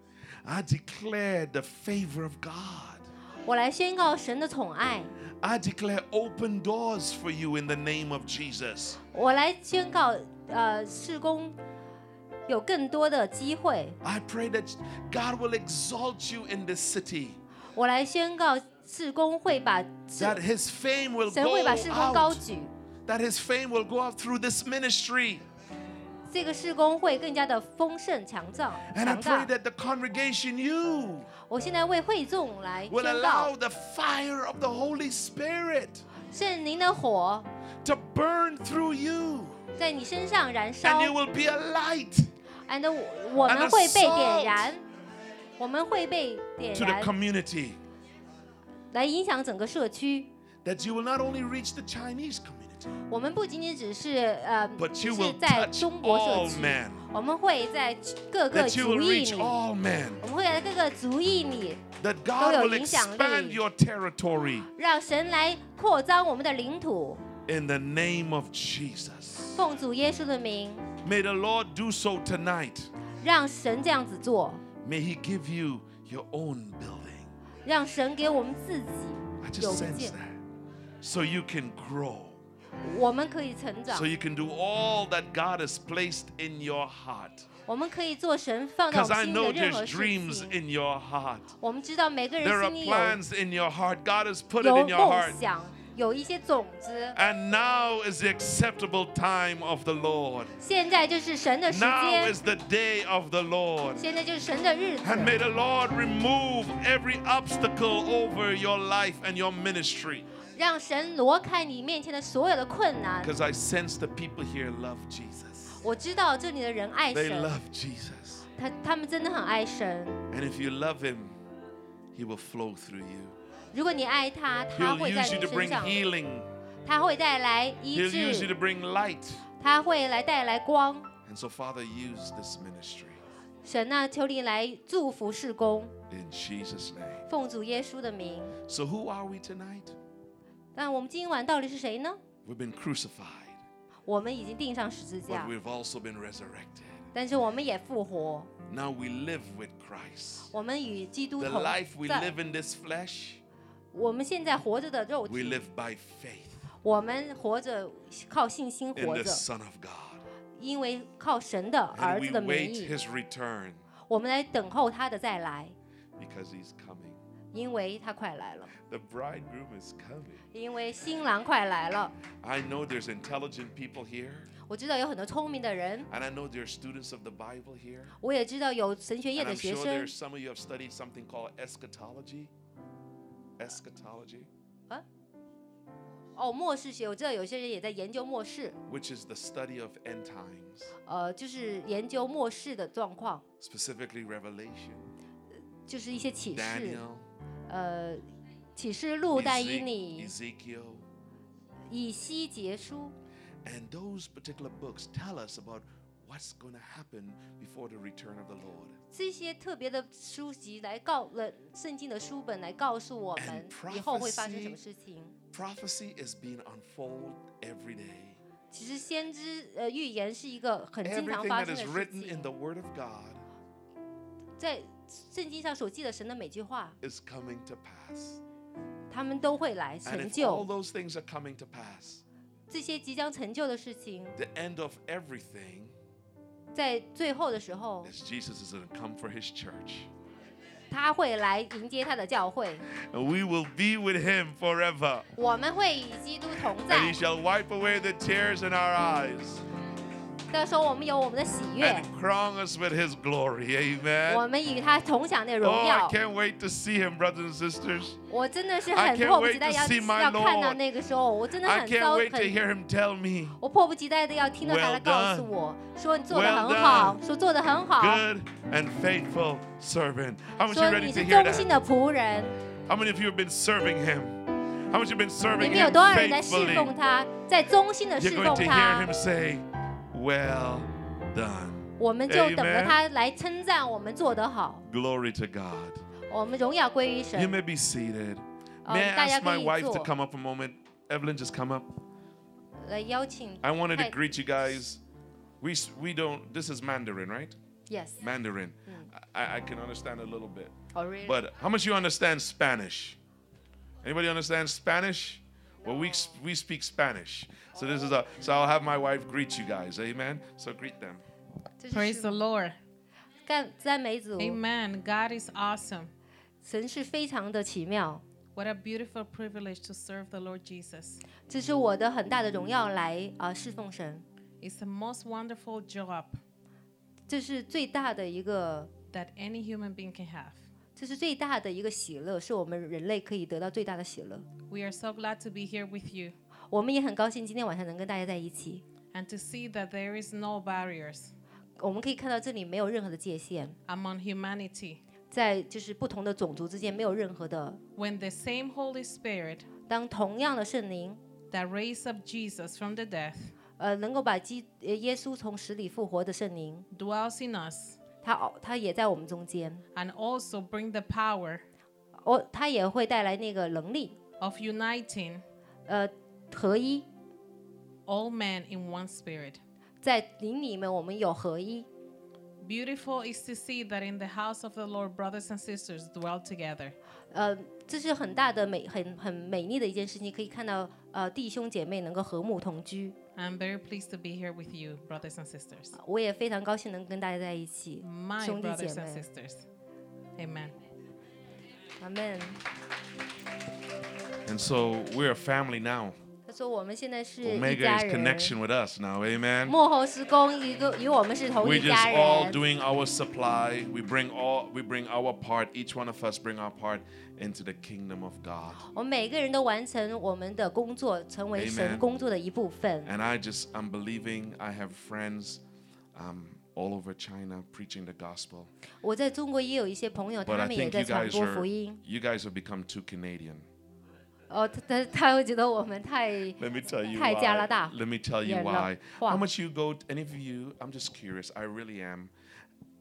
Speaker 3: I declare the favor of God.
Speaker 4: 我来宣告神的宠爱。
Speaker 3: I declare open doors for you in the name of Jesus.
Speaker 4: 我来宣告，呃，事工有更多的机会。
Speaker 3: I pray that God will exalt you in this city,
Speaker 4: 我来宣告，事工会把事
Speaker 3: that His fame will
Speaker 4: 神
Speaker 3: go
Speaker 4: 会把事工高
Speaker 3: out,
Speaker 4: 举，
Speaker 3: that His fame will go out through this ministry.
Speaker 4: 这个事工会更加的丰盛强壮
Speaker 3: And I
Speaker 4: 强
Speaker 3: pray
Speaker 4: 大。
Speaker 3: that the congregation, you,
Speaker 4: 我现在为会众来
Speaker 3: will
Speaker 4: 宣
Speaker 3: allow
Speaker 4: 告，
Speaker 3: the fire of the Holy Spirit
Speaker 4: 圣灵的火
Speaker 3: to burn through you.
Speaker 4: 在你身上燃烧
Speaker 3: And you will be a light
Speaker 4: ，and 我我
Speaker 3: and a
Speaker 4: 们会被
Speaker 3: salt
Speaker 4: 点燃，我们会被点
Speaker 3: to the
Speaker 4: 燃，
Speaker 3: community.
Speaker 4: 来影响整个社区。
Speaker 3: That you will not only reach the Chinese community,
Speaker 4: 我们不仅仅只是呃，
Speaker 3: but
Speaker 4: 只
Speaker 3: you
Speaker 4: 是
Speaker 3: will
Speaker 4: 在
Speaker 3: touch
Speaker 4: 中国社
Speaker 3: all
Speaker 4: 区。
Speaker 3: men.
Speaker 4: 我们会在各个
Speaker 3: That you
Speaker 4: 族
Speaker 3: will
Speaker 4: 裔
Speaker 3: reach
Speaker 4: 里，
Speaker 3: all men.
Speaker 4: 我们会在各个族裔里，
Speaker 3: That God will expand
Speaker 4: 都有影响力。
Speaker 3: your territory
Speaker 4: 让神来扩张我们的领土。
Speaker 3: in the name of Jesus.
Speaker 4: 奉主耶稣的名，
Speaker 3: May the Lord do so tonight.
Speaker 4: 让神这样子做，
Speaker 3: May He give you your own building.
Speaker 4: 让神给我们自
Speaker 3: I
Speaker 4: 己有
Speaker 3: just
Speaker 4: 个
Speaker 3: sense
Speaker 4: 见，
Speaker 3: that. So you can grow.
Speaker 4: 我们可以成长
Speaker 3: So，you can do all that God has placed in your heart.
Speaker 4: 我们可以做神放到我
Speaker 3: Because
Speaker 4: 们
Speaker 3: I
Speaker 4: 心里的
Speaker 3: know
Speaker 4: 任
Speaker 3: there's
Speaker 4: 何事
Speaker 3: dreams
Speaker 4: 情。
Speaker 3: in your heart.
Speaker 4: 我们知道每个人
Speaker 3: There are
Speaker 4: 心里有
Speaker 3: plans in your heart. God has put it
Speaker 4: 有
Speaker 3: in your
Speaker 4: 梦
Speaker 3: heart.
Speaker 4: 想，有一些种子。
Speaker 3: And now is the acceptable time of the Lord.
Speaker 4: 现在就是神的时
Speaker 3: Now
Speaker 4: 间
Speaker 3: is，the day of the Lord.
Speaker 4: 现在就是神的日子。
Speaker 3: And may the Lord remove every obstacle over your life and your ministry.
Speaker 4: 让神挪开你面前的所有的困难。
Speaker 3: Because I sense the people here love Jesus.
Speaker 4: 我知道这里的人爱
Speaker 3: They
Speaker 4: 神，
Speaker 3: love Jesus.
Speaker 4: 他他们真的很爱神。
Speaker 3: And if you love Him, He will flow through you.
Speaker 4: 如果你爱他，他
Speaker 3: He'll
Speaker 4: 会在
Speaker 3: use you
Speaker 4: 你
Speaker 3: to
Speaker 4: 身
Speaker 3: bring
Speaker 4: 上，
Speaker 3: healing.
Speaker 4: 他会带来
Speaker 3: He'll
Speaker 4: 医
Speaker 3: use you to
Speaker 4: 治，
Speaker 3: bring light.
Speaker 4: 他会来带来光。
Speaker 3: And so, Father, use this ministry
Speaker 4: 神呐、求你来祝福事工，
Speaker 3: in Jesus' name.
Speaker 4: 奉主耶稣的名。
Speaker 3: So, who are we tonight?
Speaker 4: 那我们今晚到底是谁呢？
Speaker 3: We've been crucified,
Speaker 4: 我们已经钉上十字
Speaker 3: but
Speaker 4: 架，
Speaker 3: we've also been resurrected.
Speaker 4: 但是我们也复活，
Speaker 3: Now we live with Christ.
Speaker 4: 我们与基督
Speaker 3: The
Speaker 4: 同
Speaker 3: life we
Speaker 4: 在
Speaker 3: live。in this flesh,
Speaker 4: 我们现在活着的肉
Speaker 3: we
Speaker 4: 体，
Speaker 3: live by faith
Speaker 4: 我们活着靠信心
Speaker 3: in
Speaker 4: 活
Speaker 3: the
Speaker 4: 着，
Speaker 3: Son of God.
Speaker 4: 因为靠神的儿
Speaker 3: And
Speaker 4: 子
Speaker 3: we
Speaker 4: 的名
Speaker 3: wait
Speaker 4: 义，
Speaker 3: his return
Speaker 4: 我们来等候他的再来，
Speaker 3: because he's coming.
Speaker 4: 因为他快来了，
Speaker 3: The bridegroom is coming.
Speaker 4: 因为新郎快来了。
Speaker 3: I know there's intelligent people here,
Speaker 4: 我知道有很多聪明的人，
Speaker 3: and I know there are students of the Bible here.
Speaker 4: 我也知道有神学院
Speaker 3: And
Speaker 4: 的
Speaker 3: I'm
Speaker 4: 学
Speaker 3: sure
Speaker 4: 生
Speaker 3: there's。some of you have studied something called eschatology. Eschatology,
Speaker 4: 啊哦，末世学，我知道有些人也在研究末世，
Speaker 3: which is the study of end times,
Speaker 4: 呃，就是研究末世的状况，
Speaker 3: specifically Revelation,
Speaker 4: 就是一些启示，
Speaker 3: Daniel,
Speaker 4: 呃，启示录、但以
Speaker 3: Ezek-
Speaker 4: 理、
Speaker 3: Ezekiel.
Speaker 4: 以西结书，
Speaker 3: And those particular books tell us about what's going to happen before the return of the Lord.
Speaker 4: 这些特别的书籍来告了圣经的书本来告诉我
Speaker 3: And
Speaker 4: 们以后会发生
Speaker 3: prophecy-
Speaker 4: 什么事情。
Speaker 3: Prophecy is being unfolded every day.
Speaker 4: 其实先知呃预言是一个很经常
Speaker 3: Everything
Speaker 4: 发
Speaker 3: that
Speaker 4: 生的
Speaker 3: is
Speaker 4: 事
Speaker 3: written in the
Speaker 4: 情，
Speaker 3: Word of God
Speaker 4: 在圣经上所记的神的每句话，
Speaker 3: is coming to pass.
Speaker 4: 他们都会来
Speaker 3: And
Speaker 4: 成
Speaker 3: if all
Speaker 4: 就
Speaker 3: those things are coming to pass,
Speaker 4: 这些即将成就的事情，
Speaker 3: the end of everything
Speaker 4: 在最后的时候，
Speaker 3: is Jesus is going to come for his church.
Speaker 4: 他会来迎接他的教会，
Speaker 3: And we will be with him forever.
Speaker 4: 我们会与基督同
Speaker 3: And he
Speaker 4: 在。
Speaker 3: shall wipe away the tears in our eyes
Speaker 4: 到时候我们有我们的喜悦
Speaker 3: and，crown us with his glory. Amen.
Speaker 4: 我们与他同享那荣
Speaker 3: Oh, I
Speaker 4: 耀。
Speaker 3: can't wait to see him, brothers and sisters.
Speaker 4: 我真的是
Speaker 3: I
Speaker 4: 很
Speaker 3: can't
Speaker 4: 迫不
Speaker 3: wait
Speaker 4: 及待
Speaker 3: to
Speaker 4: 要
Speaker 3: see my
Speaker 4: 要看到
Speaker 3: Lord.
Speaker 4: 那个时候，我真的
Speaker 3: I
Speaker 4: 很糟
Speaker 3: can't wait to
Speaker 4: 很。
Speaker 3: hear him tell me,
Speaker 4: 我迫不及待的要听到
Speaker 3: Well
Speaker 4: 他来告诉
Speaker 3: done.
Speaker 4: 我，说你做的
Speaker 3: Well
Speaker 4: 很好
Speaker 3: done.，
Speaker 4: 说做的很好，
Speaker 3: good and faithful servant. How much are
Speaker 4: 说
Speaker 3: you
Speaker 4: 你
Speaker 3: ready
Speaker 4: 是
Speaker 3: to hear
Speaker 4: 忠心
Speaker 3: that?
Speaker 4: 的仆人。
Speaker 3: How many of you have been serving him? How much have been
Speaker 4: 你
Speaker 3: serving
Speaker 4: 们有
Speaker 3: him
Speaker 4: 多少人在侍
Speaker 3: faithfully?
Speaker 4: 奉他，在忠心的侍
Speaker 3: You're
Speaker 4: 奉
Speaker 3: going to hear
Speaker 4: 他
Speaker 3: him？say, Well done.
Speaker 4: 我们就等着
Speaker 3: Amen.
Speaker 4: 他来称赞我们做得好，
Speaker 3: Glory to God.
Speaker 4: 我们荣耀归于
Speaker 3: You
Speaker 4: 神。
Speaker 3: may be seated.
Speaker 4: Um,
Speaker 3: May I ask my
Speaker 4: 大家可以
Speaker 3: wife to
Speaker 4: 坐。
Speaker 3: come up a moment? Evelyn, just come up.
Speaker 4: 来邀请
Speaker 3: I wanted to
Speaker 4: 太
Speaker 3: greet you guys. We, s- we don't, this is Mandarin, right?
Speaker 4: Yes.
Speaker 3: Mandarin. I, I can understand a little bit.
Speaker 4: Oh, really?
Speaker 3: But how much you understand Spanish? Anybody understand Spanish? Well, we we speak Spanish, so this is a. So I'll have my wife greet you guys. Amen. So greet them.
Speaker 4: 这是
Speaker 6: Praise
Speaker 4: 诗
Speaker 6: the Lord.
Speaker 4: 干赞美主，
Speaker 6: Amen. God is awesome.
Speaker 4: 神是非常的奇妙。
Speaker 6: What a beautiful privilege to serve the Lord Jesus.
Speaker 4: 这是我的很大的荣耀来啊、侍奉神，
Speaker 6: It's the most wonderful job
Speaker 4: 这是最大的一个，
Speaker 6: that any human being can have.
Speaker 4: 这是最大的一个喜乐，是我们人类可以得到最大的喜乐。
Speaker 6: We are so glad to be here with you
Speaker 4: 我们也很高兴今天晚上能跟大家在一起，
Speaker 6: and to see that there is no barriers
Speaker 4: 我们可以看到这里没有任何的界限，
Speaker 6: among humanity.
Speaker 4: 在就是不同的种族之间没有任何的。
Speaker 6: When the same Holy Spirit
Speaker 4: 当同样的圣灵，
Speaker 6: that raised up Jesus from the death
Speaker 4: 呃，能够把基呃耶稣从死里复活的圣灵，
Speaker 6: dwells in us
Speaker 4: 他哦，他也在我们中间，
Speaker 6: and also bring the power
Speaker 4: 哦，他也会带来那个能力，
Speaker 6: of uniting
Speaker 4: 呃，合一，
Speaker 6: all men in one spirit.
Speaker 4: 在灵里面我们有合一。
Speaker 6: Beautiful is to see that in the house of the Lord, brothers and sisters dwell together.
Speaker 4: 呃，这是很大的美，很很美丽的一件事情，可以看到呃弟兄姐妹能够和睦同居。
Speaker 6: I'm very pleased to be here with you, brothers and sisters.
Speaker 4: 我也非常高兴能跟大家在一起，
Speaker 6: My
Speaker 4: 兄弟姐
Speaker 6: brothers and
Speaker 4: 妹，
Speaker 6: sisters. Amen.
Speaker 4: 阿门。
Speaker 3: And so we're a family now.
Speaker 4: 他说我们现在是一
Speaker 3: Omega
Speaker 4: 家
Speaker 3: is
Speaker 4: 人，
Speaker 3: connection with us now. Amen.
Speaker 4: 幕后施工一个与我们是同
Speaker 3: We're just
Speaker 4: 一家
Speaker 3: all
Speaker 4: 人。
Speaker 3: doing our supply. We bring all. We bring our part. Each one of us bring our part into the kingdom of God.
Speaker 4: 我们每个人都完成我们的工作，成为神
Speaker 3: Amen
Speaker 4: 工作的一部分。
Speaker 3: And I just I'm believing I have friends um, all over China preaching the gospel.
Speaker 4: 我在中国也有一些朋友，
Speaker 3: But
Speaker 4: 他
Speaker 3: I
Speaker 4: 们也
Speaker 3: think you
Speaker 4: 在传
Speaker 3: guys
Speaker 4: 播福
Speaker 3: are
Speaker 4: 音。
Speaker 3: you guys have become too Canadian.
Speaker 4: 哦，他他他会觉得我们太
Speaker 3: Let me tell you
Speaker 4: 太加拿
Speaker 3: why.
Speaker 4: 大
Speaker 3: Let me tell you
Speaker 4: 人
Speaker 3: why.
Speaker 4: 了
Speaker 3: How
Speaker 4: 话，
Speaker 3: much you go? Any of you? I'm just curious. I really am.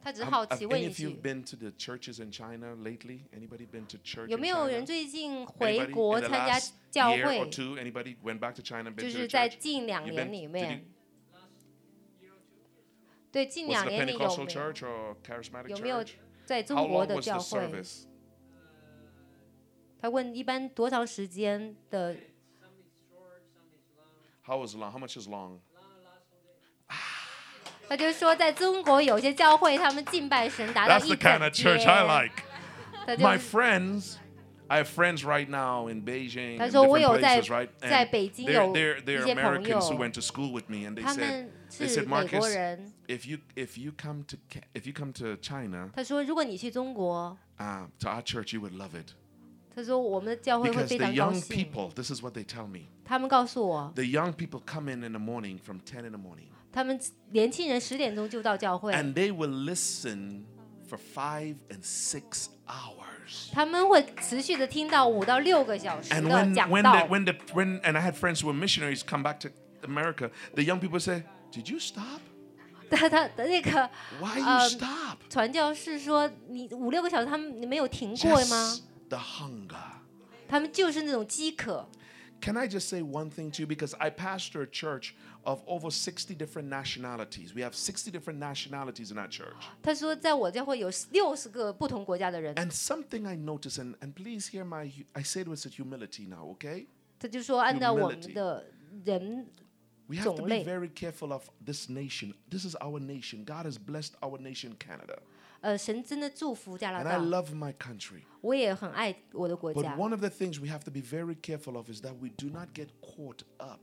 Speaker 4: 他只是
Speaker 3: Um,
Speaker 4: 好
Speaker 3: have
Speaker 4: 奇问
Speaker 3: any
Speaker 4: 一
Speaker 3: of you
Speaker 4: 句：
Speaker 3: been to the churches in China lately? Anybody been to church?
Speaker 4: 有
Speaker 3: in
Speaker 4: 没有
Speaker 3: China?
Speaker 4: 人最
Speaker 3: Anybody
Speaker 4: 近回
Speaker 3: in
Speaker 4: 国
Speaker 3: the
Speaker 4: 参加
Speaker 3: last
Speaker 4: 教
Speaker 3: year or
Speaker 4: 会？
Speaker 3: two? Anybody went back to China and
Speaker 4: 就
Speaker 3: been to the
Speaker 4: 是在
Speaker 3: church?
Speaker 4: 近两
Speaker 3: You
Speaker 4: 年
Speaker 3: been-
Speaker 4: 里
Speaker 3: did you-
Speaker 4: 面，对近
Speaker 3: was
Speaker 4: 两
Speaker 3: it a
Speaker 4: 年里有
Speaker 3: Pentecostal
Speaker 4: 没有
Speaker 3: church or charismatic
Speaker 4: 有没有
Speaker 3: church?
Speaker 4: 在
Speaker 3: How
Speaker 4: 中国
Speaker 3: long
Speaker 4: 的
Speaker 3: was the
Speaker 4: 教会？
Speaker 3: service?
Speaker 4: 他问一般多长时间的？
Speaker 3: How was long? How much is long?
Speaker 4: 他就说，在中国有些教会，他们敬拜神达到
Speaker 3: That's the
Speaker 4: 一
Speaker 3: kind
Speaker 4: 整
Speaker 3: of
Speaker 4: 天
Speaker 3: church I。like.
Speaker 4: 他就
Speaker 3: My
Speaker 4: 是
Speaker 3: friends, I have friends right now in Beijing, and
Speaker 4: 他说，
Speaker 3: different
Speaker 4: 我有在-
Speaker 3: places, right?
Speaker 4: 在
Speaker 3: And
Speaker 4: 北京
Speaker 3: they're,
Speaker 4: 有
Speaker 3: they're, they're
Speaker 4: 一些
Speaker 3: Americans who
Speaker 4: 朋友。
Speaker 3: went to school with me, and they
Speaker 4: 他
Speaker 3: said,
Speaker 4: 们
Speaker 3: they
Speaker 4: 是
Speaker 3: said,
Speaker 4: 美国
Speaker 3: Marcus,
Speaker 4: 人。
Speaker 3: if you if you come to Ca- if you come to China,
Speaker 4: 他说，如果你去中国，
Speaker 3: uh, to our church, you would love it
Speaker 4: 他说我们的教会会
Speaker 3: because
Speaker 4: 非
Speaker 3: the
Speaker 4: 常高
Speaker 3: young
Speaker 4: 兴。
Speaker 3: people. This is what they tell me.
Speaker 4: 他们告诉我，
Speaker 3: The young people come in in the morning from ten in the morning.
Speaker 4: 他们年轻人十点钟就到教会，
Speaker 3: and they will listen for five and six hours.
Speaker 4: 他们会持续的听到五到六个小时
Speaker 3: And
Speaker 4: 的
Speaker 3: when
Speaker 4: 讲
Speaker 3: when the,
Speaker 4: 道。
Speaker 3: when the when and I had friends who were missionaries come back to America, the young people say, "Did you stop?
Speaker 4: 他他的那个
Speaker 3: Why you
Speaker 4: Um,
Speaker 3: stop?"
Speaker 4: 传教士说，你五六个小时，他们你没有停过吗
Speaker 3: Just？the hunger.
Speaker 4: 他们就是那种饥渴。
Speaker 3: Can I just say one thing to you? Because I pastor a church of over 60 different nationalities. We have 60 different nationalities in our church.
Speaker 4: 他说，在我教会有六十个不同国家的人，
Speaker 3: And something I notice, and, and please hear my, hu- I say it with such humility now, okay?
Speaker 4: 他就说按照我们
Speaker 3: Humility
Speaker 4: 的人
Speaker 3: We have to be
Speaker 4: 种类。
Speaker 3: very careful of this nation. This is our nation. God has blessed our nation, Canada.
Speaker 4: 呃，神真的祝福加拿
Speaker 3: And I
Speaker 4: 大，
Speaker 3: love my country.
Speaker 4: 我也很爱我的国
Speaker 3: But
Speaker 4: 家。
Speaker 3: one of the things we have to be very careful of is that we do not get caught up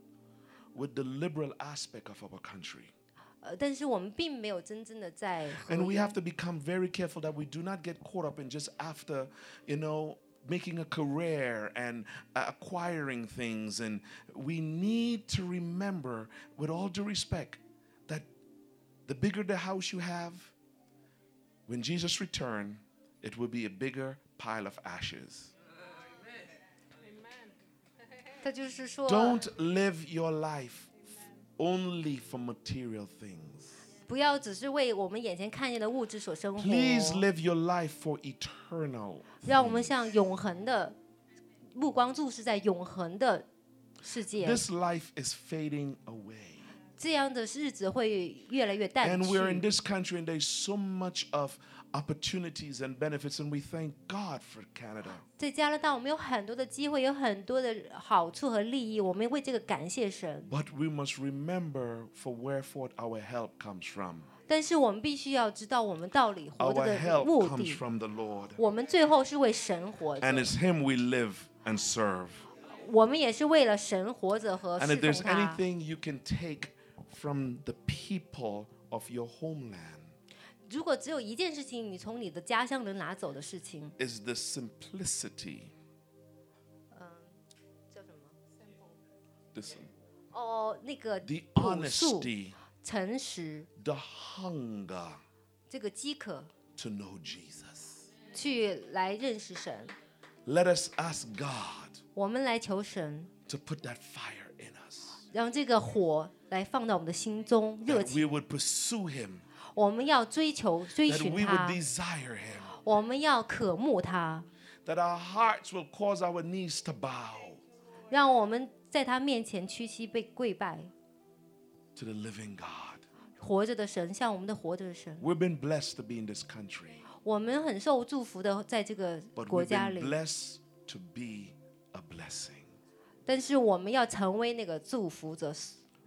Speaker 3: with the liberal aspect of our country.
Speaker 4: 呃，但是我们并没有真正的在 合
Speaker 3: And we
Speaker 4: 一
Speaker 3: have to become very careful that we do not get caught up in just after, you know, making a career and uh, acquiring things. And we need to remember, with all due respect, that the bigger the house you have, when Jesus return, it will be a bigger pile of ashes.
Speaker 4: 他就是说，
Speaker 3: Don't live your life only for material things.
Speaker 4: 不要只是为我们眼前看见的物质所生活，
Speaker 3: Please live your life for eternal.
Speaker 4: 让我们像永恒的目光注视在永恒的世界，
Speaker 3: This life is fading away.
Speaker 4: 这样的日子会越来越淡
Speaker 3: And we're in
Speaker 4: 去。
Speaker 3: this country, and there's so much of opportunities and benefits, and we thank God for Canada.
Speaker 4: 在加拿大，我们有很多的机会，有很多的好处和利益，我们为这个感谢神。
Speaker 3: But we must remember for wherefore our help comes from.
Speaker 4: 但是我们必须要知道，我们到底活着
Speaker 3: Our
Speaker 4: 的
Speaker 3: help
Speaker 4: 目
Speaker 3: comes
Speaker 4: 的。
Speaker 3: from the Lord,
Speaker 4: 我们最后是为神活
Speaker 3: and
Speaker 4: 着，
Speaker 3: it's Him we live and serve.
Speaker 4: 我们也是为了神活着和
Speaker 3: And
Speaker 4: 侍
Speaker 3: if
Speaker 4: 奉
Speaker 3: there's
Speaker 4: 他。
Speaker 3: anything you can take from the people of your homeland,
Speaker 4: 如果只有一件事情，你从你的家乡能拿走的事情，
Speaker 3: is the simplicity.
Speaker 4: 叫什么？
Speaker 3: This,
Speaker 4: 哦，那个
Speaker 3: the
Speaker 4: 朴素、
Speaker 3: honesty,
Speaker 4: 诚实，
Speaker 3: the hunger
Speaker 4: 这个饥渴，
Speaker 3: to know Jesus.
Speaker 4: 去来认识神。
Speaker 3: Let us ask God
Speaker 4: 我们来求神，
Speaker 3: to put that fire in us.
Speaker 4: 让这个火来放到我们的心中，热
Speaker 3: That
Speaker 4: 情。
Speaker 3: we would pursue Him.
Speaker 4: 我们要追求、追
Speaker 3: That
Speaker 4: 寻
Speaker 3: we would
Speaker 4: 他，
Speaker 3: desire Him.
Speaker 4: 我们要渴慕他，
Speaker 3: That our hearts will cause our knees to bow
Speaker 4: 让我们在他面前屈膝被跪拜。
Speaker 3: to the living God.
Speaker 4: 活着的神，像我们的活着的神，
Speaker 3: We've been blessed to be in this country,
Speaker 4: 我们很受祝福的，在这个
Speaker 3: but
Speaker 4: 国
Speaker 3: we've
Speaker 4: 家
Speaker 3: been
Speaker 4: 里。
Speaker 3: blessed to be a blessing.
Speaker 4: 但是我们要成为那个祝福者。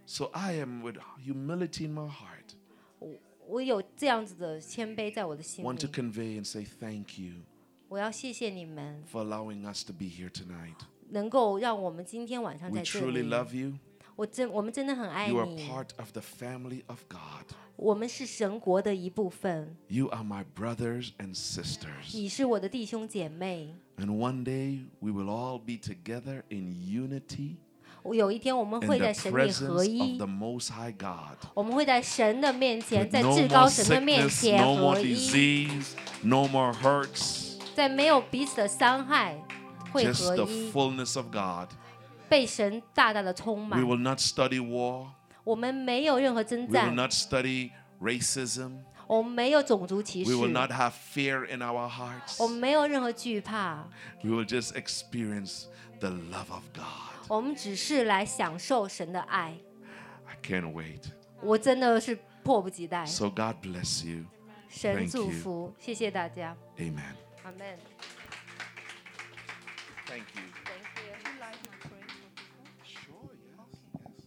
Speaker 3: So I am with humility in my heart,
Speaker 4: 我有这样子的谦卑在我的心
Speaker 3: want to
Speaker 4: 里，
Speaker 3: convey and say thank you
Speaker 4: 我要谢谢你们，
Speaker 3: for allowing us to be here tonight.
Speaker 4: 能够让我们今天晚上
Speaker 3: We
Speaker 4: 在这
Speaker 3: truly
Speaker 4: 里。
Speaker 3: love you.
Speaker 4: 我真，我们真的很爱
Speaker 3: You are
Speaker 4: 你，
Speaker 3: part of the family of God.
Speaker 4: 我们是神国的一部分，
Speaker 3: You are my brothers and sisters.
Speaker 4: 你是我的弟兄姐妹。
Speaker 3: And one day we will all be together in unity
Speaker 4: 有一天我们
Speaker 3: in
Speaker 4: 会在
Speaker 3: the
Speaker 4: 神里
Speaker 3: presence
Speaker 4: 合
Speaker 3: of
Speaker 4: 一
Speaker 3: the。Most High God.
Speaker 4: 我们会在神的面前，
Speaker 3: With
Speaker 4: 在
Speaker 3: no
Speaker 4: 至
Speaker 3: more
Speaker 4: 高神的面
Speaker 3: sickness,
Speaker 4: 前
Speaker 3: no more
Speaker 4: 合一，
Speaker 3: disease, no more hurts,
Speaker 4: 在没有彼此的伤害，会
Speaker 3: just
Speaker 4: 合
Speaker 3: the
Speaker 4: 一，
Speaker 3: fullness of God.
Speaker 4: 被神大大的充
Speaker 3: We
Speaker 4: 满。
Speaker 3: will not study war.
Speaker 4: 我们没有任何征
Speaker 3: We will
Speaker 4: 战，
Speaker 3: not study racism.
Speaker 4: 我们没有种族歧视
Speaker 3: We，will not have fear in our hearts.
Speaker 4: 我们没有任何惧怕，
Speaker 3: We will just experience the love of God.
Speaker 4: 我们只是来享受神的爱。
Speaker 3: I can't wait.
Speaker 4: 我真的是迫不及待。
Speaker 3: So God bless you.
Speaker 4: 神
Speaker 3: Thank
Speaker 4: 祝
Speaker 3: you
Speaker 4: 福，谢谢大家，
Speaker 3: Amen.
Speaker 4: 阿门。
Speaker 3: Thank you.
Speaker 4: Thank you.
Speaker 3: Sure, yes, yes.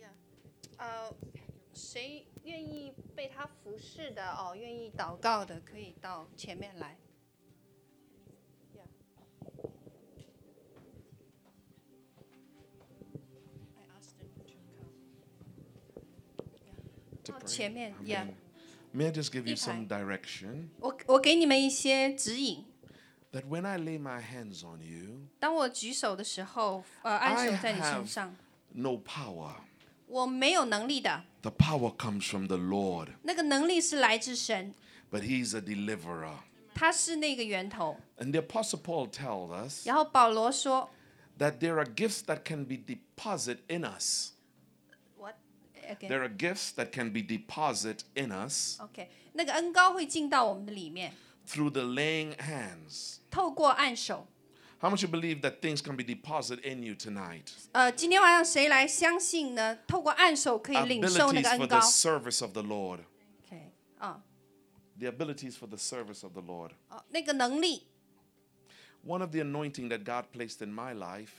Speaker 2: Yeah. 呃，谁愿意被他服侍的哦，愿意祷告的，可以到前面来。Yeah. I asked them to come.
Speaker 3: To pray.
Speaker 2: 前面
Speaker 3: I
Speaker 2: ，Yeah，
Speaker 3: mean, May I just give you some
Speaker 2: 一排。
Speaker 3: direction
Speaker 2: 我我给你们一些指引。
Speaker 3: that when I lay my hands on you,
Speaker 2: 当我举手的时候，呃，按
Speaker 3: I
Speaker 2: 手在你
Speaker 3: have-
Speaker 2: 身上，
Speaker 3: no power.
Speaker 2: 我没有能力的，
Speaker 3: The power comes from the Lord,
Speaker 2: 那个能力是来自神，
Speaker 3: but He's a deliverer.
Speaker 2: 他是那个源头。
Speaker 3: And the Apostle Paul tells us
Speaker 2: 然后保罗说
Speaker 3: that there are gifts that can be deposited in us.
Speaker 2: ，What again？
Speaker 3: There are gifts that can be deposited in us
Speaker 2: OK，那个恩高会进到我们的里面，
Speaker 3: through the laying hands.
Speaker 2: 透过按手。
Speaker 3: How much you believe that things can be deposited in you tonight?
Speaker 2: 呃，今天晚上谁来相信呢？透过按手可以领受那
Speaker 3: Abilities
Speaker 2: 个
Speaker 3: for
Speaker 2: 恩高
Speaker 3: the。service of the Lord.
Speaker 2: OK，啊、
Speaker 3: The abilities for the service of the Lord.
Speaker 2: 哦、那个能力，
Speaker 3: One of the anointing that God placed in my life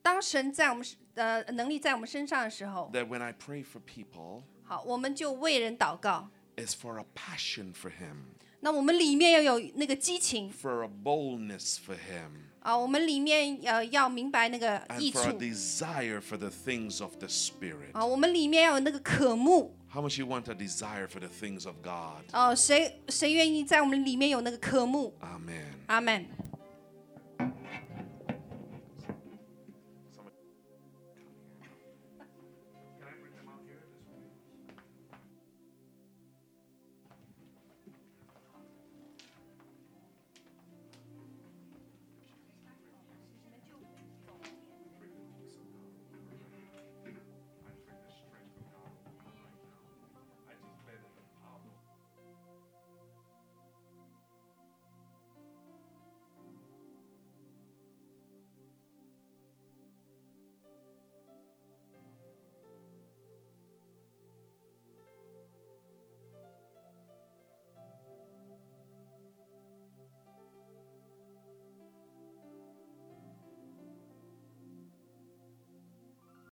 Speaker 2: 当神在我们身呃能力在我们身上的时候，
Speaker 3: that when I pray for people
Speaker 2: 好，我们就为人祷告。
Speaker 3: is for a passion for Him,
Speaker 2: 那我们里面要有那个激情
Speaker 3: for a boldness for Him,
Speaker 2: 啊、我们里面呃要明白那个
Speaker 3: and
Speaker 2: 益处
Speaker 3: for a desire for the things of the Spirit.
Speaker 2: 啊、我们里面要有那个渴慕
Speaker 3: How much you want a desire for the things of God?
Speaker 2: 哦、谁谁愿意在我们里面有那个渴慕？
Speaker 3: Amen.
Speaker 2: 阿门。